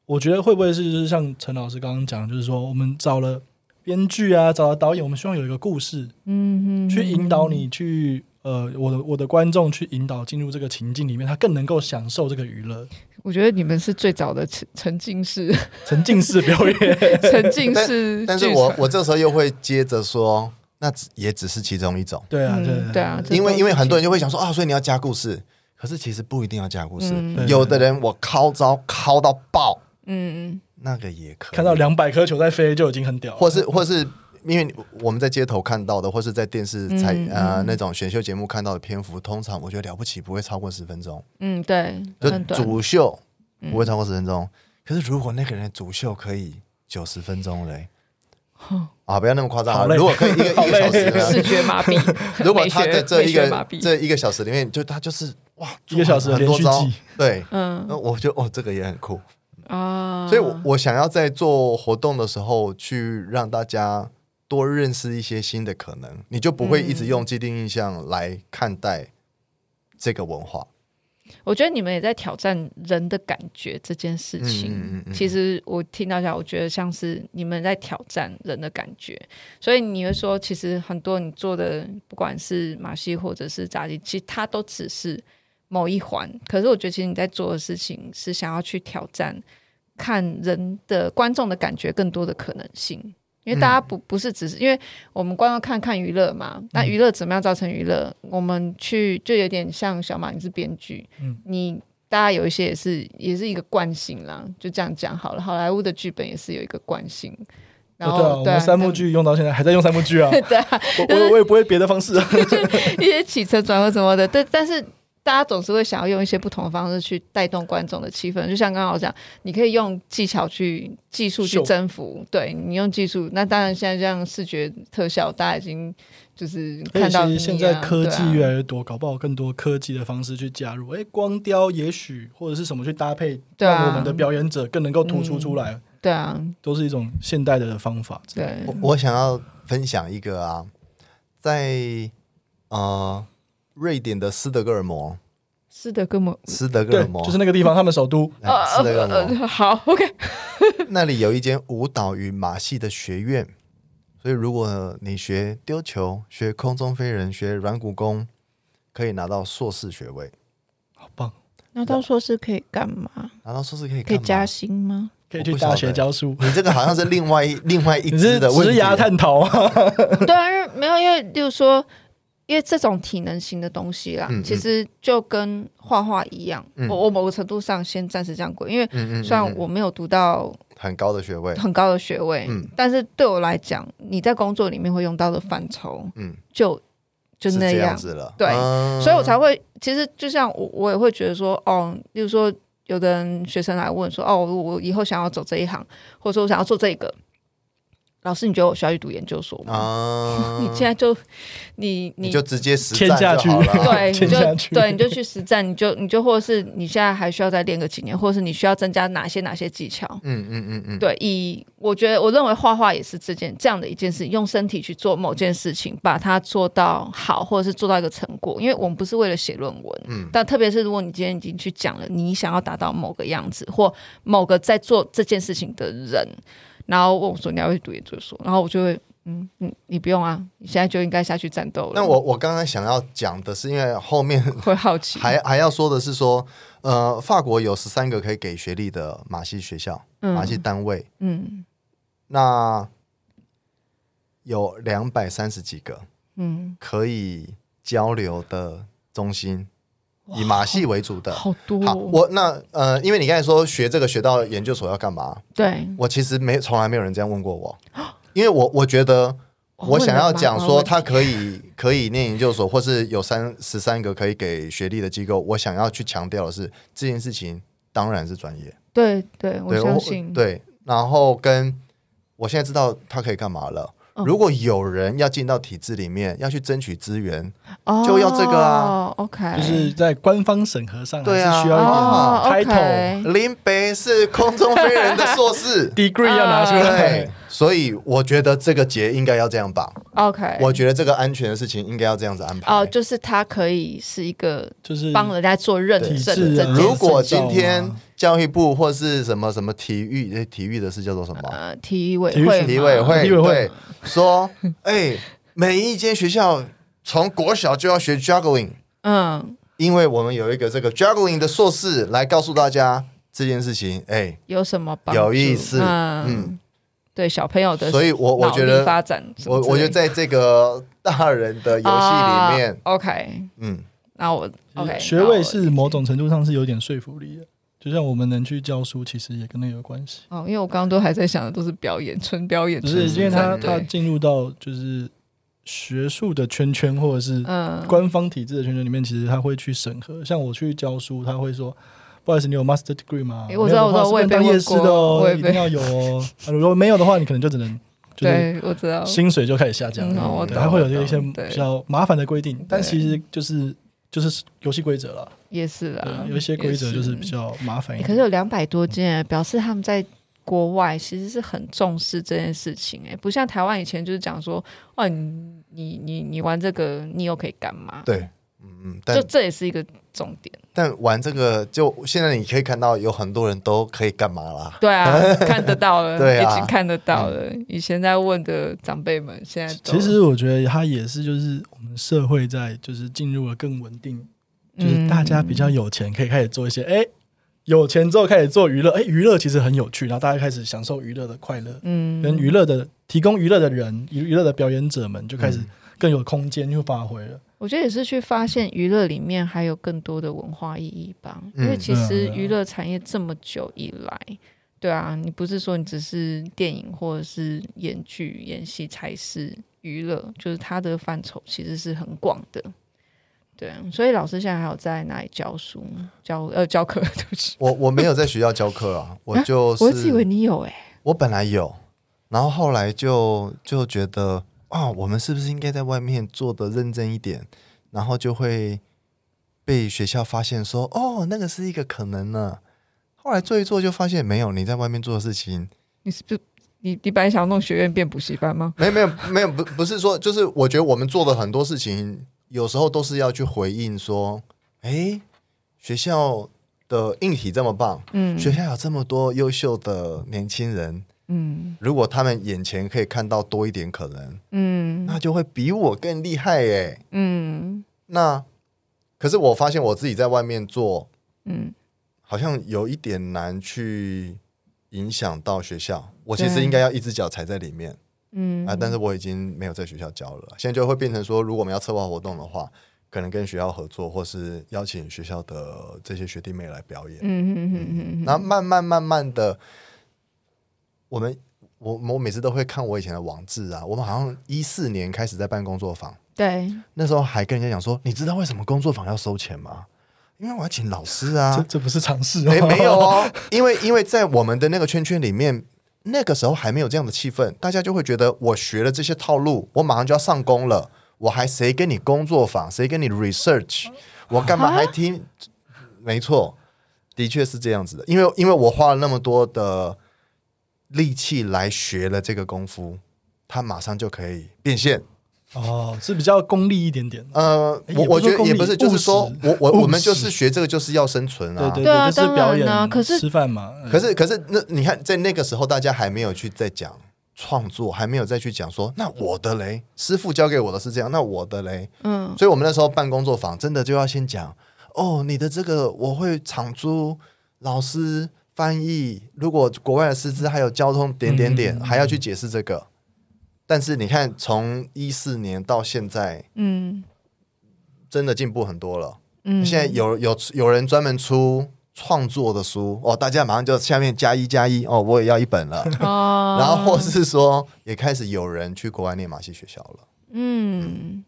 Speaker 2: 我觉得会不会是就是像陈老师刚刚讲的，就是说我们找了编剧啊，找了导演，我们希望有一个故事
Speaker 1: 嗯嗯，
Speaker 2: 去引导你去。呃，我的我的观众去引导进入这个情境里面，他更能够享受这个娱乐
Speaker 1: 我觉得你们是最早的沉沉浸
Speaker 3: *laughs*
Speaker 1: 式
Speaker 2: 沉浸式表
Speaker 1: *laughs*
Speaker 2: 演。
Speaker 1: 沉浸式剧场，
Speaker 3: 但是我我这时候又会接着说，那只也只是其中一种。
Speaker 2: 对啊，
Speaker 1: 嗯对啊，
Speaker 3: 因为因为很多
Speaker 1: 人
Speaker 3: 人就会想说啊，所以你要加故事，可是其实不一定要加故事。
Speaker 1: 嗯
Speaker 3: 有的人我敲招敲到爆，
Speaker 1: 嗯
Speaker 3: 那个也可以。
Speaker 2: 看到，两百颗球在飞就已经很屌了。
Speaker 3: 或是或是因为我们在街头看到的，或是在电视才、
Speaker 1: 嗯
Speaker 3: 呃那种选秀节目看到的篇幅，通常我觉得了不起不会超过十分钟，
Speaker 1: 嗯对，
Speaker 3: 就
Speaker 1: 很短嗯
Speaker 3: 主秀不会超过十分钟。可是如果那个人的主秀可以九十分钟嘞。啊，不要那么夸张
Speaker 2: 好
Speaker 3: 啊！
Speaker 2: 累
Speaker 3: 如
Speaker 2: *laughs*
Speaker 3: 果可以一个一个小时呢，
Speaker 1: 视觉麻痹，
Speaker 3: *laughs* 如果他在这一
Speaker 1: 美学麻
Speaker 3: 个
Speaker 1: 痹
Speaker 3: 这一个小时里面，就他就是哇，
Speaker 2: 一个小时的
Speaker 3: 很
Speaker 2: 连
Speaker 3: 多
Speaker 2: 续
Speaker 3: 招
Speaker 2: 剧，
Speaker 3: 对，
Speaker 1: 嗯
Speaker 3: 那我觉得哦，这个也很酷，
Speaker 1: 啊，
Speaker 3: 所以我我想要在做活动的时候，去让大家多认识一些新的可能，你就不会一直用既定印象来看待这个文化。
Speaker 1: 我觉得你们也在挑战人的感觉这件事情。
Speaker 3: 嗯嗯嗯嗯
Speaker 1: 其实我听到讲，我觉得像是你们在挑战人的感觉，所以你会说，其实很多你做的，不管是马戏或者是杂技，其实它都只是某一环。可是我觉得，其实你在做的事情是想要去挑战看人的观众的感觉更多的可能性，因为大
Speaker 2: 嗯
Speaker 1: 家不不是只是因为我们光要看看娱乐嘛，
Speaker 2: 嗯
Speaker 1: 那娱乐怎么样造成娱乐？我们去就有点像小马，你是编剧，
Speaker 2: 嗯
Speaker 1: 你大家有一些也是也是一个惯性啦，就这样讲好了。好莱坞的剧本也是有一个惯性，然
Speaker 2: 哦对啊，
Speaker 1: 后
Speaker 2: 我们三幕剧用到现在还在用三幕剧啊。
Speaker 1: *laughs* 对啊，
Speaker 2: 我我我也不会别的方式啊。 *laughs*
Speaker 1: 一些起承转合什么的，但但是大家总是会想要用一些不同的方式去带动观众的气氛。就像刚刚我讲，你可以用技巧去技术去
Speaker 2: 秀
Speaker 1: 征服，对你用技术。那当然，现在这样视觉特效，大家已经就是看到
Speaker 2: 而
Speaker 1: 腻啊、
Speaker 2: 且哎其实现在科技
Speaker 1: 对
Speaker 2: 越
Speaker 1: 啊
Speaker 2: 来越多，搞不好更多科技的方式去加入，哎，光雕也许或者是什么去搭配，
Speaker 1: 对啊嗯
Speaker 2: 让我们的表演者更能够突出出来，
Speaker 1: 对啊，
Speaker 2: 都是一种现代的方法。
Speaker 1: 对，啊
Speaker 3: 我我想要分享一个啊，在呃瑞典的斯德哥尔摩，
Speaker 1: 是的，根
Speaker 2: *laughs*
Speaker 1: 本
Speaker 3: 斯德哥
Speaker 2: 对
Speaker 3: 尔，摩
Speaker 2: 就是那个地方，他们首都
Speaker 3: 哎斯德哥尔摩
Speaker 1: 呃好，OK，
Speaker 3: 那里有一间舞蹈与马戏的学院，所以如果你学丢球、学空中飞人、学软骨功，可以拿到硕士学位。
Speaker 2: 好棒，
Speaker 1: 那到硕士可以干嘛？
Speaker 3: 拿到硕士可以
Speaker 1: 可以
Speaker 3: 干嘛
Speaker 1: 加薪吗？
Speaker 2: 可以
Speaker 3: 我
Speaker 2: 去
Speaker 3: 不晓得
Speaker 2: 大学教书。
Speaker 3: 你这个好像是另外一 *laughs* 另外一
Speaker 2: 你是
Speaker 3: 支的问
Speaker 2: 职
Speaker 3: 题。
Speaker 2: 涯探讨啊？
Speaker 3: *laughs*
Speaker 1: 对啊，因为没有，因为例如说，因为这种体能型的东西啦，
Speaker 3: 嗯嗯
Speaker 1: 其实就跟画画一样，
Speaker 3: 嗯
Speaker 1: 我我某个程度上先暂时这样归，因为
Speaker 3: 嗯嗯，
Speaker 1: 虽然
Speaker 3: 嗯嗯
Speaker 1: 我没有读到
Speaker 3: 很高的学位，
Speaker 1: 很高的学位，
Speaker 3: 嗯
Speaker 1: 但是对我来讲，你在工作里面会用到的范畴
Speaker 3: 嗯，
Speaker 1: 就就是那
Speaker 3: 这
Speaker 1: 样
Speaker 3: 样，子了，
Speaker 1: 对
Speaker 3: 嗯
Speaker 1: 所以我才会，其实就像我，我也会觉得说，哦，例如说，有的人学生来问说，哦，我我以后想要走这一行，或者说我想要做这个，老师，你觉得我需要去读研究所吗？
Speaker 3: 啊，
Speaker 1: *laughs*
Speaker 2: 嗯
Speaker 1: 你现
Speaker 3: *laughs*
Speaker 1: 在就你
Speaker 3: 你
Speaker 1: 你
Speaker 3: 就直接实
Speaker 2: 签
Speaker 3: 战
Speaker 2: 下
Speaker 3: 就
Speaker 2: 去
Speaker 3: 好了，
Speaker 2: *laughs*
Speaker 1: 对，你
Speaker 2: 签
Speaker 1: 就
Speaker 2: 下去
Speaker 1: 对，你就去实战，你就你就或者是你现在还需要再练个几年，或者是你需要增加哪些哪些技巧。
Speaker 3: 嗯嗯嗯嗯，
Speaker 1: 对，以我觉得，我认为画画也是这件这样的一件事情，用身体去做某件事情，把它做到好，或者是做到一个成果。因为我们不是为了写论文，
Speaker 3: 嗯
Speaker 1: 但特别是如果你今天已经去讲了，你想要达到某个样子，或某个在做这件事情的人，然后问我说你要去读研究所，然后我就会，嗯，你你不用啊，你现在就应该下去战斗了。
Speaker 3: 那我我刚才想要讲的是，因为后面
Speaker 1: 会好奇，
Speaker 3: 还 *laughs* 还要说的是说，呃，法国有十三个可以给学历的马戏学校、马戏单位，
Speaker 1: 嗯
Speaker 3: 那有两百三十几个
Speaker 1: 嗯，
Speaker 3: 可以交流的中心，以马戏为主的。
Speaker 1: 好多、
Speaker 3: 好，
Speaker 1: 哦，
Speaker 3: 我那呃，因为你刚才说学这个学到研究所要干嘛，
Speaker 1: 对，
Speaker 3: 我其实没从来没有人这样问
Speaker 1: *gasps*
Speaker 3: 过我，因为我我觉得我想要讲说，他可以可以念研究所，或是有三十三个可以给学历的机构。我想要去强调的是，这件事情当然是专业，
Speaker 1: 对对，我
Speaker 3: 对
Speaker 1: 相信，
Speaker 3: 对。然后跟我现在知道他可以干嘛
Speaker 1: 嗯
Speaker 3: 了。如果有人要进到体制里面，要去争取资源，
Speaker 1: 哦
Speaker 3: 就要这个啊
Speaker 1: ，OK，
Speaker 2: 就是在官方审核上还
Speaker 3: 对啊
Speaker 2: 是需要
Speaker 1: 哦
Speaker 2: 一点 title，
Speaker 1: OK
Speaker 3: 林北是空中飞人的
Speaker 1: *laughs*
Speaker 3: 硕士
Speaker 2: degree 要拿出
Speaker 1: 哦
Speaker 3: 对
Speaker 2: 来。，
Speaker 3: 所以我觉得这个节应该要这样绑，
Speaker 1: OK，
Speaker 3: 我觉得这个安全的事情应该要这样子安排。
Speaker 1: 哦，就是他可以是一个
Speaker 2: 就是
Speaker 1: 帮人家做认
Speaker 2: 体
Speaker 1: 证
Speaker 2: 制
Speaker 1: 的
Speaker 2: 啊
Speaker 1: 这件事
Speaker 3: 如果
Speaker 2: 证照
Speaker 3: 今天
Speaker 2: 啊
Speaker 3: 教育部或是什么什么体育，诶体育的是叫做什么？
Speaker 1: 呃体育委
Speaker 2: 体育
Speaker 1: 会
Speaker 2: 署
Speaker 1: 嘛
Speaker 3: 体委会，
Speaker 2: 体委会
Speaker 3: 对，说，哎，每一间学校从国小就要学 juggling，
Speaker 1: 嗯，
Speaker 3: 因为我们有一个这个 juggling 的硕士来告诉大家这件事情，哎，
Speaker 1: 有什么帮
Speaker 3: 有意
Speaker 1: 助
Speaker 3: 思嗯
Speaker 1: 嗯，对小朋友的，
Speaker 3: 所以我我
Speaker 1: 脑力
Speaker 3: 觉得
Speaker 1: 发展什么
Speaker 3: 我
Speaker 1: 之类的，
Speaker 3: 我觉得在这个大人的游
Speaker 1: *laughs*
Speaker 3: 戏里面，
Speaker 1: 啊 OK，
Speaker 3: 嗯，
Speaker 1: 那我 OK
Speaker 2: 学位是某种程度上是有点说服力的，就像我们能去教书，其实也跟那个有关系。
Speaker 1: 那我哦，因为我刚刚都还在想的都是表演，纯表演，
Speaker 2: 只
Speaker 1: 纯
Speaker 2: 是因为他
Speaker 1: 实战
Speaker 2: 他
Speaker 1: 对
Speaker 2: 进入到就是学术的圈圈，或者是
Speaker 1: 嗯
Speaker 2: 官方体制的圈圈里面，其实他会去审核。像我去教书，他会说。不好意思，你有 master degree 吗？
Speaker 1: 诶我知道
Speaker 2: 没有的话
Speaker 1: 我知道我也被
Speaker 2: 是不能当夜
Speaker 1: 问
Speaker 2: 师
Speaker 1: 过
Speaker 2: 的哦
Speaker 1: 我，也
Speaker 2: 一
Speaker 1: 被
Speaker 2: 定要
Speaker 1: *laughs*
Speaker 2: 有哦。啊如果没有的话，你可能就只能就是
Speaker 1: 对，我知道，
Speaker 2: 薪水就开始下降
Speaker 1: 嗯，
Speaker 3: 我
Speaker 2: 了，
Speaker 3: 懂
Speaker 2: 还会有
Speaker 1: 我
Speaker 2: 一些
Speaker 1: 懂对
Speaker 2: 比较麻烦的规定。但
Speaker 1: 对
Speaker 2: 其实就是就是游戏规则了，
Speaker 1: 也是啦，
Speaker 2: 对，有一些
Speaker 1: 啊也
Speaker 2: 规则就是比较麻烦一
Speaker 1: 欸
Speaker 3: 哎
Speaker 2: 点。
Speaker 1: 可是有两百多间欸，表示他们在国外其实是很重视这件事情，哎，不像台湾以前就是讲说，哦，你你你你玩这个，你又可以干嘛？，
Speaker 3: 对，嗯嗯，但
Speaker 1: 就这也是一个重点。
Speaker 3: 但玩这个，就现在你可以看到有很多人都可以干嘛啦，
Speaker 1: 对啊，看得到了，
Speaker 3: *laughs* 对啊嗯
Speaker 1: 已经看得到了。以前在问的长辈们，现在都
Speaker 2: 其实我觉得它也是，就是我们社会在就是进入了更稳定，
Speaker 1: 嗯
Speaker 2: 就是大家比较有钱，可以开始做一些哎、有钱之后开始做娱乐，哎、娱乐其实很有趣，然后大家开始享受娱乐的快乐，
Speaker 1: 嗯
Speaker 2: 跟娱乐的提供娱乐的人、娱娱乐的表演者们就开始
Speaker 3: 嗯
Speaker 2: 更有空间去发挥了。
Speaker 1: 我觉得也是去发现娱乐里面还有更多的文化意义吧，
Speaker 3: 嗯
Speaker 1: 因为其实
Speaker 2: 对啊对啊
Speaker 1: 娱乐产业这么久以来，对啊，你不是说你只是电影或者是演剧、演戏才是娱乐，就是它的范畴其实是很广的。对啊，所以老师现在还有在哪里教书、教呃教课？ *laughs* 对不起，
Speaker 3: 我我没有在学校教课
Speaker 1: *laughs*
Speaker 3: 啊，我就是、
Speaker 1: 我一直以为你有哎、
Speaker 3: 我本来有，然后后来就就觉得啊，我们是不是应该在外面做的认真一点，然后就会被学校发现说哦，那个是一个可能呢。后来做一做就发现没有，你在外面做的事情，
Speaker 1: 你是不是你你本来想要弄学院变补习班吗？
Speaker 3: 没有没有没有，不不是说，就是我觉得我们做的很多事情，有时候都是要去回应说，哎，学校的硬体这么棒，
Speaker 1: 嗯
Speaker 3: 学校有这么多优秀的年轻人，
Speaker 1: 嗯
Speaker 3: 如果他们眼前可以看到多一点可能，
Speaker 1: 嗯
Speaker 3: 那就会比我更厉害耶。
Speaker 1: 嗯
Speaker 3: 那可是我发现我自己在外面做，
Speaker 1: 嗯，
Speaker 3: 好像有一点难去影响到学校。我其实
Speaker 1: 对
Speaker 3: 应该要一只脚踩在里面，
Speaker 1: 嗯
Speaker 3: 啊，但是我已经没有在学校教了，现在就会变成说，如果我们要策划活动的话，可能跟学校合作，或是邀请学校的这些学弟妹来表演。
Speaker 1: 嗯嗯嗯
Speaker 3: 然后慢慢慢慢的，我们我我每次都会看我以前的网志啊，我们好像一四年开始在办工作坊，
Speaker 1: 对，
Speaker 3: 那时候还跟人家讲说，你知道为什么工作坊要收钱吗？因为我要请老师啊，
Speaker 2: 这这不是尝
Speaker 3: *laughs*
Speaker 2: 试哦，
Speaker 3: 没没有哦，因为因为在我们的那个圈圈里面，那个时候还没有这样的气氛，大家就会觉得我学了这些套路，我马上就要上工了，我还谁跟你工作坊，谁跟你
Speaker 2: 哦
Speaker 3: research，我干嘛还听？没错，的确是这样子的，因为因为我花了那么多的力气来学了这个功夫，它马上就可以变现。
Speaker 2: *laughs* 哦，是比较功利一点点。
Speaker 3: 呃，
Speaker 2: 哎
Speaker 3: 我
Speaker 2: 也不
Speaker 3: 我
Speaker 2: 是说
Speaker 3: 觉得
Speaker 2: 功利
Speaker 3: 也不是，就是说
Speaker 2: 务
Speaker 3: 我我
Speaker 2: 务
Speaker 3: 我们就
Speaker 2: 实
Speaker 3: 是学这个就是要生存啊，
Speaker 2: 对对
Speaker 1: 对啊
Speaker 2: 就是
Speaker 1: 当
Speaker 2: 表
Speaker 1: 然
Speaker 2: 演
Speaker 1: 啊可是
Speaker 2: 吃饭嘛。嗯
Speaker 3: 可是可是那你看，在那个时候，大家还没有去再讲创作，还没有再去讲说，那我的嘞，师傅教给我的是这样，那我的嘞，
Speaker 1: 嗯
Speaker 3: 所以我们那时候办工作坊，真的就要先讲哦，你的这个我会场租、老师、翻译，如果国外的师资还有交通点点点，还要去解释这个。但是你看，从一四年到现在，
Speaker 1: 嗯
Speaker 3: 真的进步很多了。
Speaker 1: 嗯，
Speaker 3: 现在有有有人专门出创作的书哦，大家马上就下面加一加一哦，我也要一本了。
Speaker 1: 哦，
Speaker 3: 然后或是说，也开始有人去国外念马戏学校了。
Speaker 1: 嗯，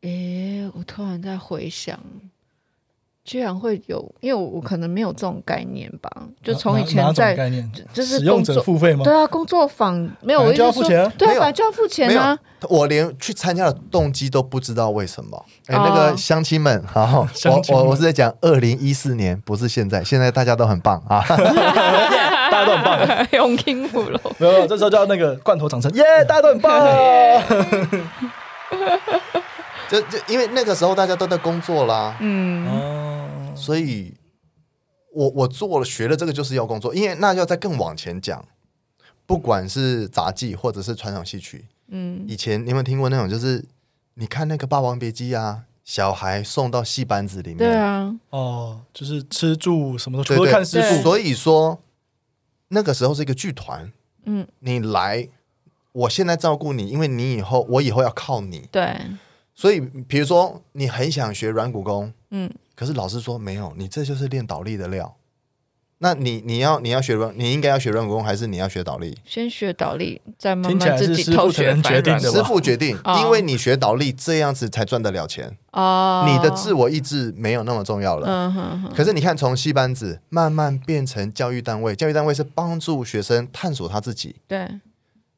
Speaker 1: 诶，我突然在回想，居然会有，因为我我可能没有这种概念吧，就从以
Speaker 2: 呃哪
Speaker 1: 前
Speaker 2: 哪种
Speaker 1: 在
Speaker 2: 概念，
Speaker 1: 就就是
Speaker 2: 使
Speaker 1: 工
Speaker 2: 用者
Speaker 1: 作，
Speaker 2: 付费吗
Speaker 1: 对？啊，工作坊没有，
Speaker 2: 本
Speaker 1: 我
Speaker 2: 来就要
Speaker 1: 一直说
Speaker 2: 付钱啊
Speaker 1: 对啊，
Speaker 3: 没有
Speaker 1: 本来就要付钱
Speaker 3: 没
Speaker 1: 啊
Speaker 3: 有，，我连去参加的动机都不知道为什么。哎，
Speaker 1: 哦
Speaker 3: 那个乡亲们，好，
Speaker 2: 乡
Speaker 3: 我
Speaker 2: 亲们
Speaker 3: 我我是在讲二零一四年，不是现在，现在大家都很棒啊。 *laughs*
Speaker 2: 大家都很棒。
Speaker 1: *laughs* 用金虎了。
Speaker 2: 没有，没有这时候叫那个罐头掌声，耶！
Speaker 1: 啊
Speaker 2: 大家都很
Speaker 1: *laughs*
Speaker 2: 棒哦。
Speaker 3: 就就因为那个时候大家都在工作啦，
Speaker 1: 嗯
Speaker 2: 哦，
Speaker 3: 所以我我做了学了这个就是要工作，因为那要再更往前讲，不管是杂技或者是传统戏曲，
Speaker 1: 嗯
Speaker 3: 以前你有没有听过那种就是你看那个《霸王别姬》啊，小孩送到戏班子里面，
Speaker 1: 对啊，
Speaker 2: 哦，就是吃住什么的，
Speaker 3: 对
Speaker 2: 除了
Speaker 3: 对
Speaker 2: 看师
Speaker 1: 对
Speaker 2: 傅，
Speaker 3: 所以说那个时候是一个剧团，
Speaker 1: 嗯，
Speaker 3: 你来，我现在照顾你，因为你以后我以后要靠你，
Speaker 1: 对，
Speaker 3: 所以比如说你很想学软骨功，
Speaker 1: 嗯
Speaker 3: 可是老师说没有，你这就是练倒立的料。那你你要你要学软，你应该要学软骨功，还是你要学倒立？
Speaker 1: 先学倒立，再慢
Speaker 2: 听起
Speaker 1: 慢
Speaker 2: 来是
Speaker 1: 自己
Speaker 2: 师
Speaker 1: 偷
Speaker 2: 傅才
Speaker 1: 学
Speaker 2: 能
Speaker 1: 反
Speaker 2: 决定
Speaker 1: 软
Speaker 2: 的吧
Speaker 3: 师傅决定，
Speaker 1: 哦
Speaker 3: 因为你学倒立这样子才赚得了钱，
Speaker 1: 哦，
Speaker 3: 你的自我意志没有那么重要了。
Speaker 1: 嗯哼哼，
Speaker 3: 可是你看，从戏班子慢慢变成教育单位，教育单位是帮助学生探索他自己。
Speaker 1: 对，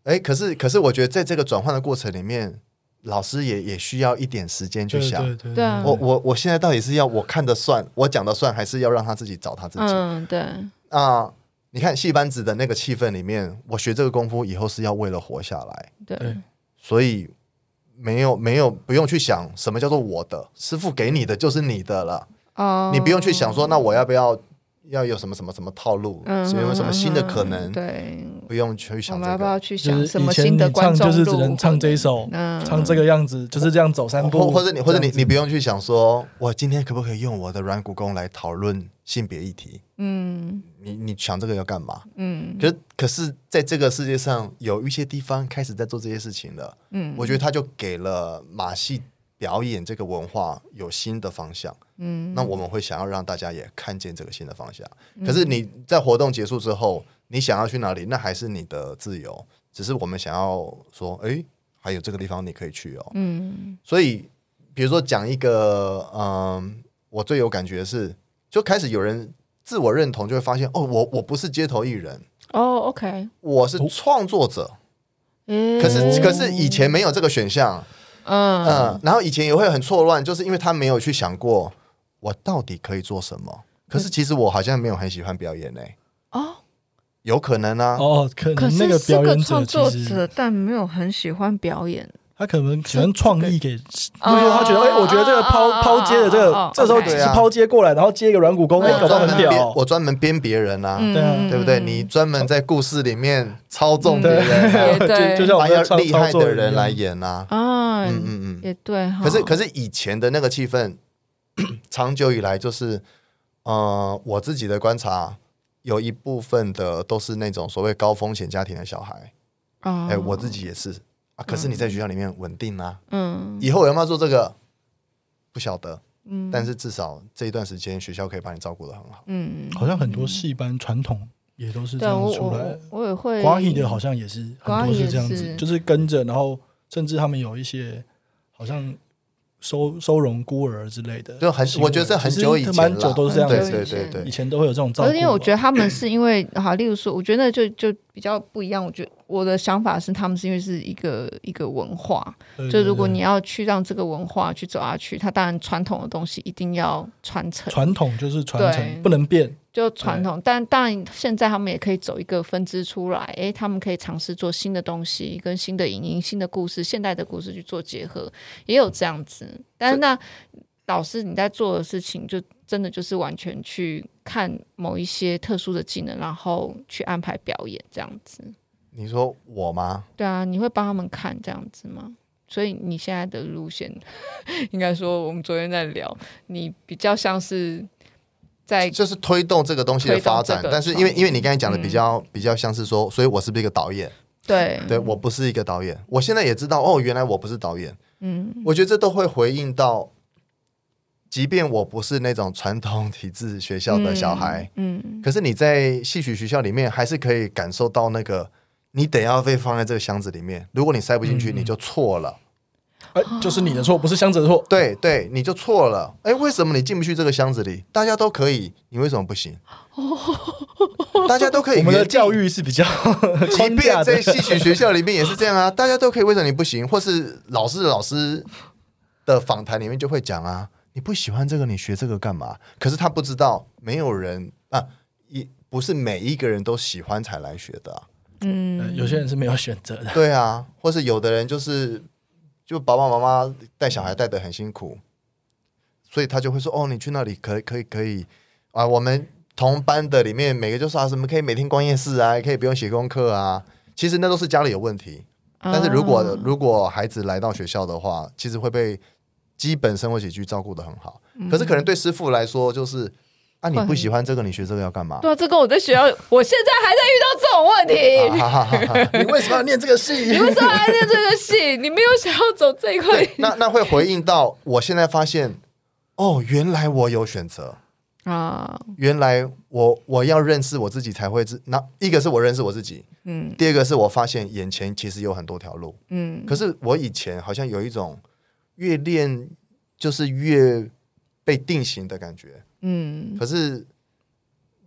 Speaker 3: 哎，可是可是，我觉得在这个转换的过程里面，老师也也需要一点时间去
Speaker 2: 对
Speaker 3: 想，
Speaker 2: 对对
Speaker 1: 对啊
Speaker 3: 我我我现在到底是要我看的算，我讲的算，还是要让他自己找他自己？
Speaker 1: 嗯对，
Speaker 3: 啊，你看戏班子的那个气氛里面，我学这个功夫以后是要为了活下来，
Speaker 1: 对
Speaker 2: 对，
Speaker 3: 所以没有没有不用去想什么叫做我的，师傅给你的就是你的了，
Speaker 1: 哦，
Speaker 3: 你不用去想说那我要不要要有什么什么什么套路，
Speaker 1: 嗯
Speaker 3: 有没有什么新的可能，
Speaker 1: 对，
Speaker 3: 不用去
Speaker 1: 我
Speaker 3: 想
Speaker 1: 们
Speaker 3: 这
Speaker 1: 要不
Speaker 3: 个
Speaker 1: 要。去
Speaker 2: 就
Speaker 1: 想
Speaker 2: 是
Speaker 1: 什
Speaker 2: 以
Speaker 1: 么
Speaker 2: 前
Speaker 1: 新的
Speaker 2: 你唱
Speaker 1: 观众
Speaker 2: 就
Speaker 1: 路？
Speaker 2: 是只能唱这一首，
Speaker 1: 嗯，
Speaker 2: 唱这个样子，就是这样走三步，
Speaker 3: 或或者你或者你
Speaker 2: 这样子
Speaker 3: 你不用去想说，我今天可不可以用我的软骨功来讨论性别议题？
Speaker 1: 嗯
Speaker 3: 你你想这个要干嘛？
Speaker 1: 嗯
Speaker 3: 可可是，在这个世界上，有一些地方开始在做这些事情了。
Speaker 1: 嗯
Speaker 3: 我觉得他就给了马戏表演这个文化有新的方向。
Speaker 1: 嗯嗯
Speaker 3: 那我们会想要让大家也看见这个新的方向。可是你在活动结束之后，你想要去哪里，那还是你的自由。只是我们想要说，诶，还有这个地方你可以去哦。
Speaker 1: 嗯
Speaker 3: 所以，比如说讲一个，嗯，我最有感觉的是，就开始有人自我认同，就会发现，哦，我我不是街头艺人。
Speaker 1: 哦，OK，哦
Speaker 3: 我是创作者，
Speaker 1: 可
Speaker 3: 可是可是以前没有这个选项，嗯、
Speaker 1: 嗯
Speaker 3: 然后以前也会很错乱，就是因为他没有去想过我到底可以做什么。可是其实我好像没有很喜欢表演呢、
Speaker 1: 哦，
Speaker 3: 有可能啊，
Speaker 2: 哦，可
Speaker 1: 可
Speaker 2: 能那
Speaker 1: 是是
Speaker 2: 表
Speaker 1: 个
Speaker 2: 演者
Speaker 1: 创作
Speaker 2: 其实
Speaker 1: 者，但没有很喜欢表演，
Speaker 2: 他可能喜欢创意给，
Speaker 1: 哦
Speaker 2: 就是他觉得哎，我觉得这个抛
Speaker 1: 哦
Speaker 2: 抛接的这
Speaker 1: 哦哦嗯
Speaker 2: 个，这时候
Speaker 1: 哦
Speaker 2: 只
Speaker 3: 对
Speaker 2: 是
Speaker 3: 啊
Speaker 2: 抛接过来，然后接一个软骨功，哎
Speaker 3: 我
Speaker 2: 搞得
Speaker 3: 专门
Speaker 2: 很
Speaker 3: 编
Speaker 2: 屌，。
Speaker 3: 我专门编别人啊，
Speaker 1: 嗯
Speaker 2: 对啊
Speaker 3: 对不对？你专门在故事里面操纵别人、啊，
Speaker 1: *laughs* 对
Speaker 2: *laughs* 就就像我
Speaker 3: 把
Speaker 2: 们
Speaker 3: 要
Speaker 2: 在创
Speaker 3: 厉害
Speaker 2: 创作
Speaker 3: 的
Speaker 2: 一样
Speaker 3: 人来演啊，
Speaker 1: 啊，
Speaker 3: 嗯嗯嗯。
Speaker 1: 也对哈，
Speaker 3: 可是可是以前的那个气氛， *clears throat* 长久以来就是，呃，我自己的观察，有一部分的都是那种所谓高风险家庭的小孩，
Speaker 1: 哦
Speaker 3: 哎、我自己也是啊。可是你在学校里面稳定啊，
Speaker 1: 嗯
Speaker 3: 以后有没有做这个不晓得，
Speaker 1: 嗯
Speaker 3: 但是至少这一段时间学校可以把你照顾的很好。
Speaker 1: 嗯，
Speaker 2: 好像很多戏班传统也都是这
Speaker 1: 对啊
Speaker 2: 样
Speaker 1: 我
Speaker 2: 出
Speaker 1: 我
Speaker 2: 来的。
Speaker 1: 我也会
Speaker 2: 瓜艺的好像也是很
Speaker 1: 瓜
Speaker 2: 多
Speaker 1: 艺也
Speaker 2: 是这样子，
Speaker 1: 是
Speaker 2: 就是跟着，然后甚至他们有一些好像收收容孤儿之类的行为，
Speaker 3: 就很我觉得这很久以
Speaker 2: 其实
Speaker 3: 前
Speaker 2: 蛮
Speaker 3: 啦
Speaker 2: 久都是这样
Speaker 1: 很
Speaker 3: 对
Speaker 1: 久
Speaker 2: 子，
Speaker 3: 对对
Speaker 1: 嗯
Speaker 2: 以
Speaker 3: 对，
Speaker 2: 前都会有这种照
Speaker 1: 可
Speaker 2: 顾嘛。啊
Speaker 1: 是因为我觉得他们是因为好，例如说，我觉得就就比较不一样。我觉得我的想法是，他们是因为是一个一个文化，
Speaker 2: 对
Speaker 1: 就
Speaker 2: 对
Speaker 1: 如果
Speaker 2: 对
Speaker 1: 你要去让这个文化去走下去，它当然传统的东西一定要传承，
Speaker 2: 传统就是传
Speaker 1: 对
Speaker 2: 承，不能变。
Speaker 1: 就传统。但当然，现在他们也可以走一个分支出来，诶，他们可以尝试做新的东西，跟新的影音、新的故事、现代的故事去做结合，也有这样子。但是那老师你在做的事情，就真的就是完全去看某一些特殊的技能，然后去安排表演这样子。
Speaker 3: 你说我吗？
Speaker 1: 对啊，你会帮他们看这样子吗？所以你现在的路线， *laughs* 应该说我们昨天在聊，你比较像是在
Speaker 3: 就是推动这个东西的发展
Speaker 1: 推动这，个嗯
Speaker 3: 但是因为
Speaker 1: 创意
Speaker 3: 因为你刚才讲的比较、比较像是说，所以我是不是一个导演？
Speaker 1: 对
Speaker 3: 对我不是一个导演，我现在也知道哦，原来我不是导演。
Speaker 1: 嗯
Speaker 3: 我觉得这都会回应到，即便我不是那种传统体制学校的小孩，
Speaker 1: 嗯
Speaker 3: 可是你在戏曲学校里面还是可以感受到那个，你得要被放在这个箱子里面，如果你塞不进去，
Speaker 2: 嗯嗯
Speaker 3: 你就错了。
Speaker 2: 哎，
Speaker 1: 啊
Speaker 2: 就是你的错，不是箱子的错。
Speaker 3: 对对，你就错了。哎，为什么你进不去这个箱子里？大家都可以，你为什么
Speaker 1: *laughs*
Speaker 3: 不行？大家都可以。
Speaker 2: 我们的教，育是比较 *laughs*
Speaker 3: 即
Speaker 2: 框
Speaker 3: 便
Speaker 2: 架
Speaker 3: 在
Speaker 2: 的，
Speaker 3: 戏曲学校里面也是这样啊， *laughs* 大家都可以，为什么你不行？或是老师的老师的访谈里面就会讲啊，你不喜欢这个，你学这个干嘛？可是他不知道，没有人啊，一不是每一个人都喜欢才来学的、啊。
Speaker 2: 呃
Speaker 1: 嗯，
Speaker 2: 有些人是没有选择的。
Speaker 3: 对啊，或是有的人就是就爸爸妈妈带小孩带的很辛苦，所以他就会说：“哦，你去那里可以可以可以啊，我们同班的里面每个就说啊，什么可以每天逛夜市啊，可以不用写功课啊。”其实那都是家里有问题，但是如果、
Speaker 1: 啊
Speaker 3: 如果孩子来到学校的话，其实会被基本生活起居照顾的很好。
Speaker 1: 嗯
Speaker 3: 可是可能对师傅来说，就是啊，你
Speaker 1: 会
Speaker 3: 不
Speaker 1: 很
Speaker 3: 喜欢这个，你学这个要干嘛？
Speaker 1: 对啊，这跟我在学校，我现在还在遇到这种问
Speaker 3: 啊
Speaker 1: 题。
Speaker 3: 哈哈哈哈
Speaker 2: 你为什么要念这个戏？
Speaker 1: *laughs* 你为
Speaker 3: *laughs*
Speaker 1: 什么还在念这个戏？你没有想要走这一块？
Speaker 3: 对，那那会回应到我现在发现，哦，原来我有选择，
Speaker 1: *laughs* 啊，
Speaker 3: 原来我我要认识我自己才会知。那一个是我认识我自己，
Speaker 1: 嗯
Speaker 3: 第二个是我发现眼前其实有很多条路，
Speaker 1: 嗯，
Speaker 3: 可是我以前好像有一种越练就是越被定型的感觉，
Speaker 1: 嗯
Speaker 3: 可是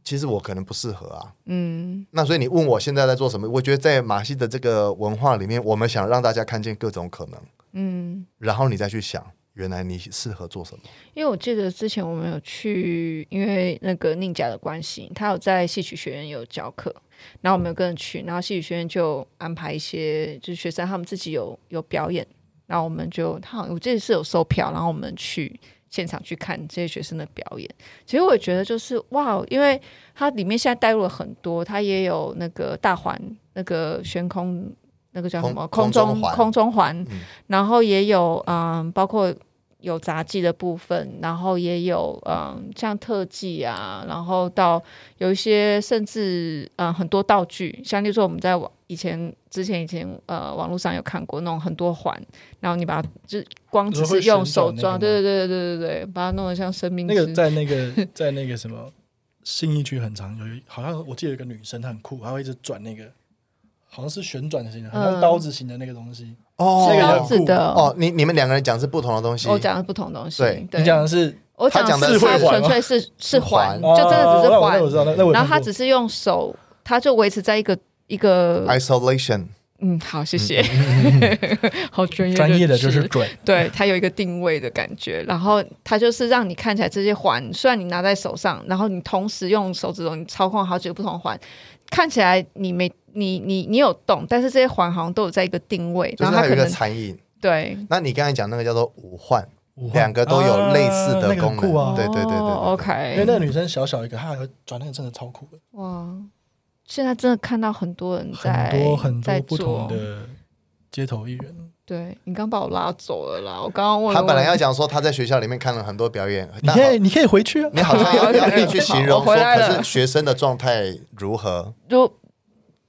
Speaker 3: 其实我可能不适合啊。
Speaker 1: 嗯
Speaker 3: 那所以你问我现在在做什么？我觉得在马戏的这个文化里面，我们想让大家看见各种可能，
Speaker 1: 嗯，
Speaker 3: 然后你再去想，原来你适合做什么。
Speaker 1: 因为我记得之前我们有去，因为那个宁甲的关系，他有在戏曲学院有教课，然后我们有跟人去，然后戏曲学院就安排一些就是学生他们自己有有表演，然后我们就他好像我记得是有售票，然后我们去现场去看这些学生的表演。其实我也觉得就是哇，哦因为它里面现在带入了很多，它也有那个大环那个悬空。那个叫什么？
Speaker 3: 空
Speaker 1: 空中
Speaker 3: 空中环
Speaker 1: 空中环，
Speaker 3: 嗯
Speaker 1: 然后也有嗯，包括有杂技的部分，然后也有嗯，像特技啊，然后到有一些甚至嗯很多道具，像例如说我们在网以前之前以前呃网络上有看过那种很多环，然后你把它就光只是用手抓，
Speaker 2: 你说会
Speaker 1: 对对对对对对对，把它弄得像生命
Speaker 2: 那个
Speaker 1: 之
Speaker 2: 在那个在那个什么信义区很长，有一好像我记得有一个女生她很酷，她会一直转那个，好像是旋转型的，好像
Speaker 1: 嗯
Speaker 2: 刀子型的那个东西。
Speaker 3: 哦
Speaker 2: 那
Speaker 1: 是
Speaker 2: 个
Speaker 1: 刀
Speaker 2: 叫
Speaker 1: 子的，
Speaker 3: 哦，你你们两个人讲是不同的东西。
Speaker 1: 我讲的是不同东西
Speaker 3: 对，
Speaker 1: 对
Speaker 2: 你，讲的是
Speaker 1: 我讲
Speaker 3: 他讲的
Speaker 1: 是
Speaker 3: 是
Speaker 1: 它
Speaker 2: 环
Speaker 1: 纯
Speaker 2: 吗
Speaker 1: 粹是是
Speaker 3: 是
Speaker 1: 环，
Speaker 3: 环
Speaker 1: 就真的只是环
Speaker 2: 哦那我那我知道，那那我有
Speaker 1: 然后他
Speaker 2: 看过
Speaker 1: 只是用手，他就维持在一个一个，
Speaker 3: isolation，
Speaker 1: 嗯，好，谢谢，好专业
Speaker 2: 专业的
Speaker 1: 知
Speaker 2: 就是准，
Speaker 1: 对它有一个定位的感觉，然后它就是让你看起来这些环，虽然你拿在手上，然后你同时用手指头你操控好几个不同的环，看起来你没你你你有动，但是这些环好像都有在一个定位，
Speaker 3: 就
Speaker 1: 然
Speaker 3: 是
Speaker 1: 后
Speaker 3: 它
Speaker 1: 它
Speaker 3: 有
Speaker 1: 可
Speaker 3: 一个
Speaker 1: 能
Speaker 3: 残影。
Speaker 1: 对。
Speaker 3: 那你刚才讲那个叫做无患，
Speaker 2: 五花
Speaker 3: 两个都有类似
Speaker 2: 啊那
Speaker 3: 的
Speaker 2: 个很
Speaker 3: 功能。
Speaker 2: 酷啊
Speaker 3: 对对对对对
Speaker 1: 哦
Speaker 2: 因为那
Speaker 1: ，OK，
Speaker 2: 个女生小小一个，她还会转那个真的超酷的，
Speaker 1: 哇，现在真的看到很多人在
Speaker 2: 很多很
Speaker 1: 在
Speaker 2: 多不同
Speaker 1: 做，
Speaker 2: 的街头艺人，
Speaker 1: 对你刚把我拉走了啦，我刚刚问
Speaker 3: 他
Speaker 1: 了
Speaker 3: 本来
Speaker 1: 问
Speaker 3: 要讲说他在学校里面看了很多表演，
Speaker 2: 你 *laughs*
Speaker 3: 但
Speaker 2: 可
Speaker 3: 好
Speaker 2: 以你可以回去啊，
Speaker 3: *laughs* 你好像要
Speaker 1: OK，
Speaker 3: 要你去形
Speaker 1: 好
Speaker 3: 容
Speaker 1: 我
Speaker 3: 说，
Speaker 1: 回来了
Speaker 3: 可是学生的状态如何？
Speaker 1: 就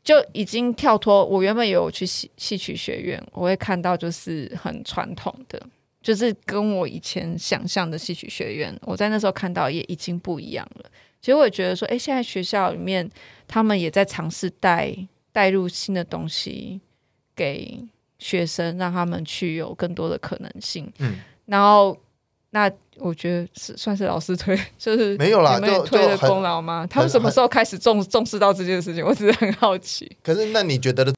Speaker 1: 就已经跳脱。我原本也有去戏戏曲学院，我会看到就是很传统的，就是跟我以前想象的戏曲学院，我在那时候看到也已经不一样了。其实我也觉得说，哎，现在学校里面他们也在尝试带带入新的东西给学生，让他们去有更多的可能性。
Speaker 3: 嗯，
Speaker 1: 然后那我觉得是算是老师推， *laughs* 就是
Speaker 3: 没有啦
Speaker 1: 你们也
Speaker 3: 就
Speaker 1: 推
Speaker 3: 就
Speaker 1: 的
Speaker 3: 很
Speaker 1: 功劳吗？他们什么时候开始重重视到这件事情？我只是很好奇。
Speaker 3: 可是那你觉得的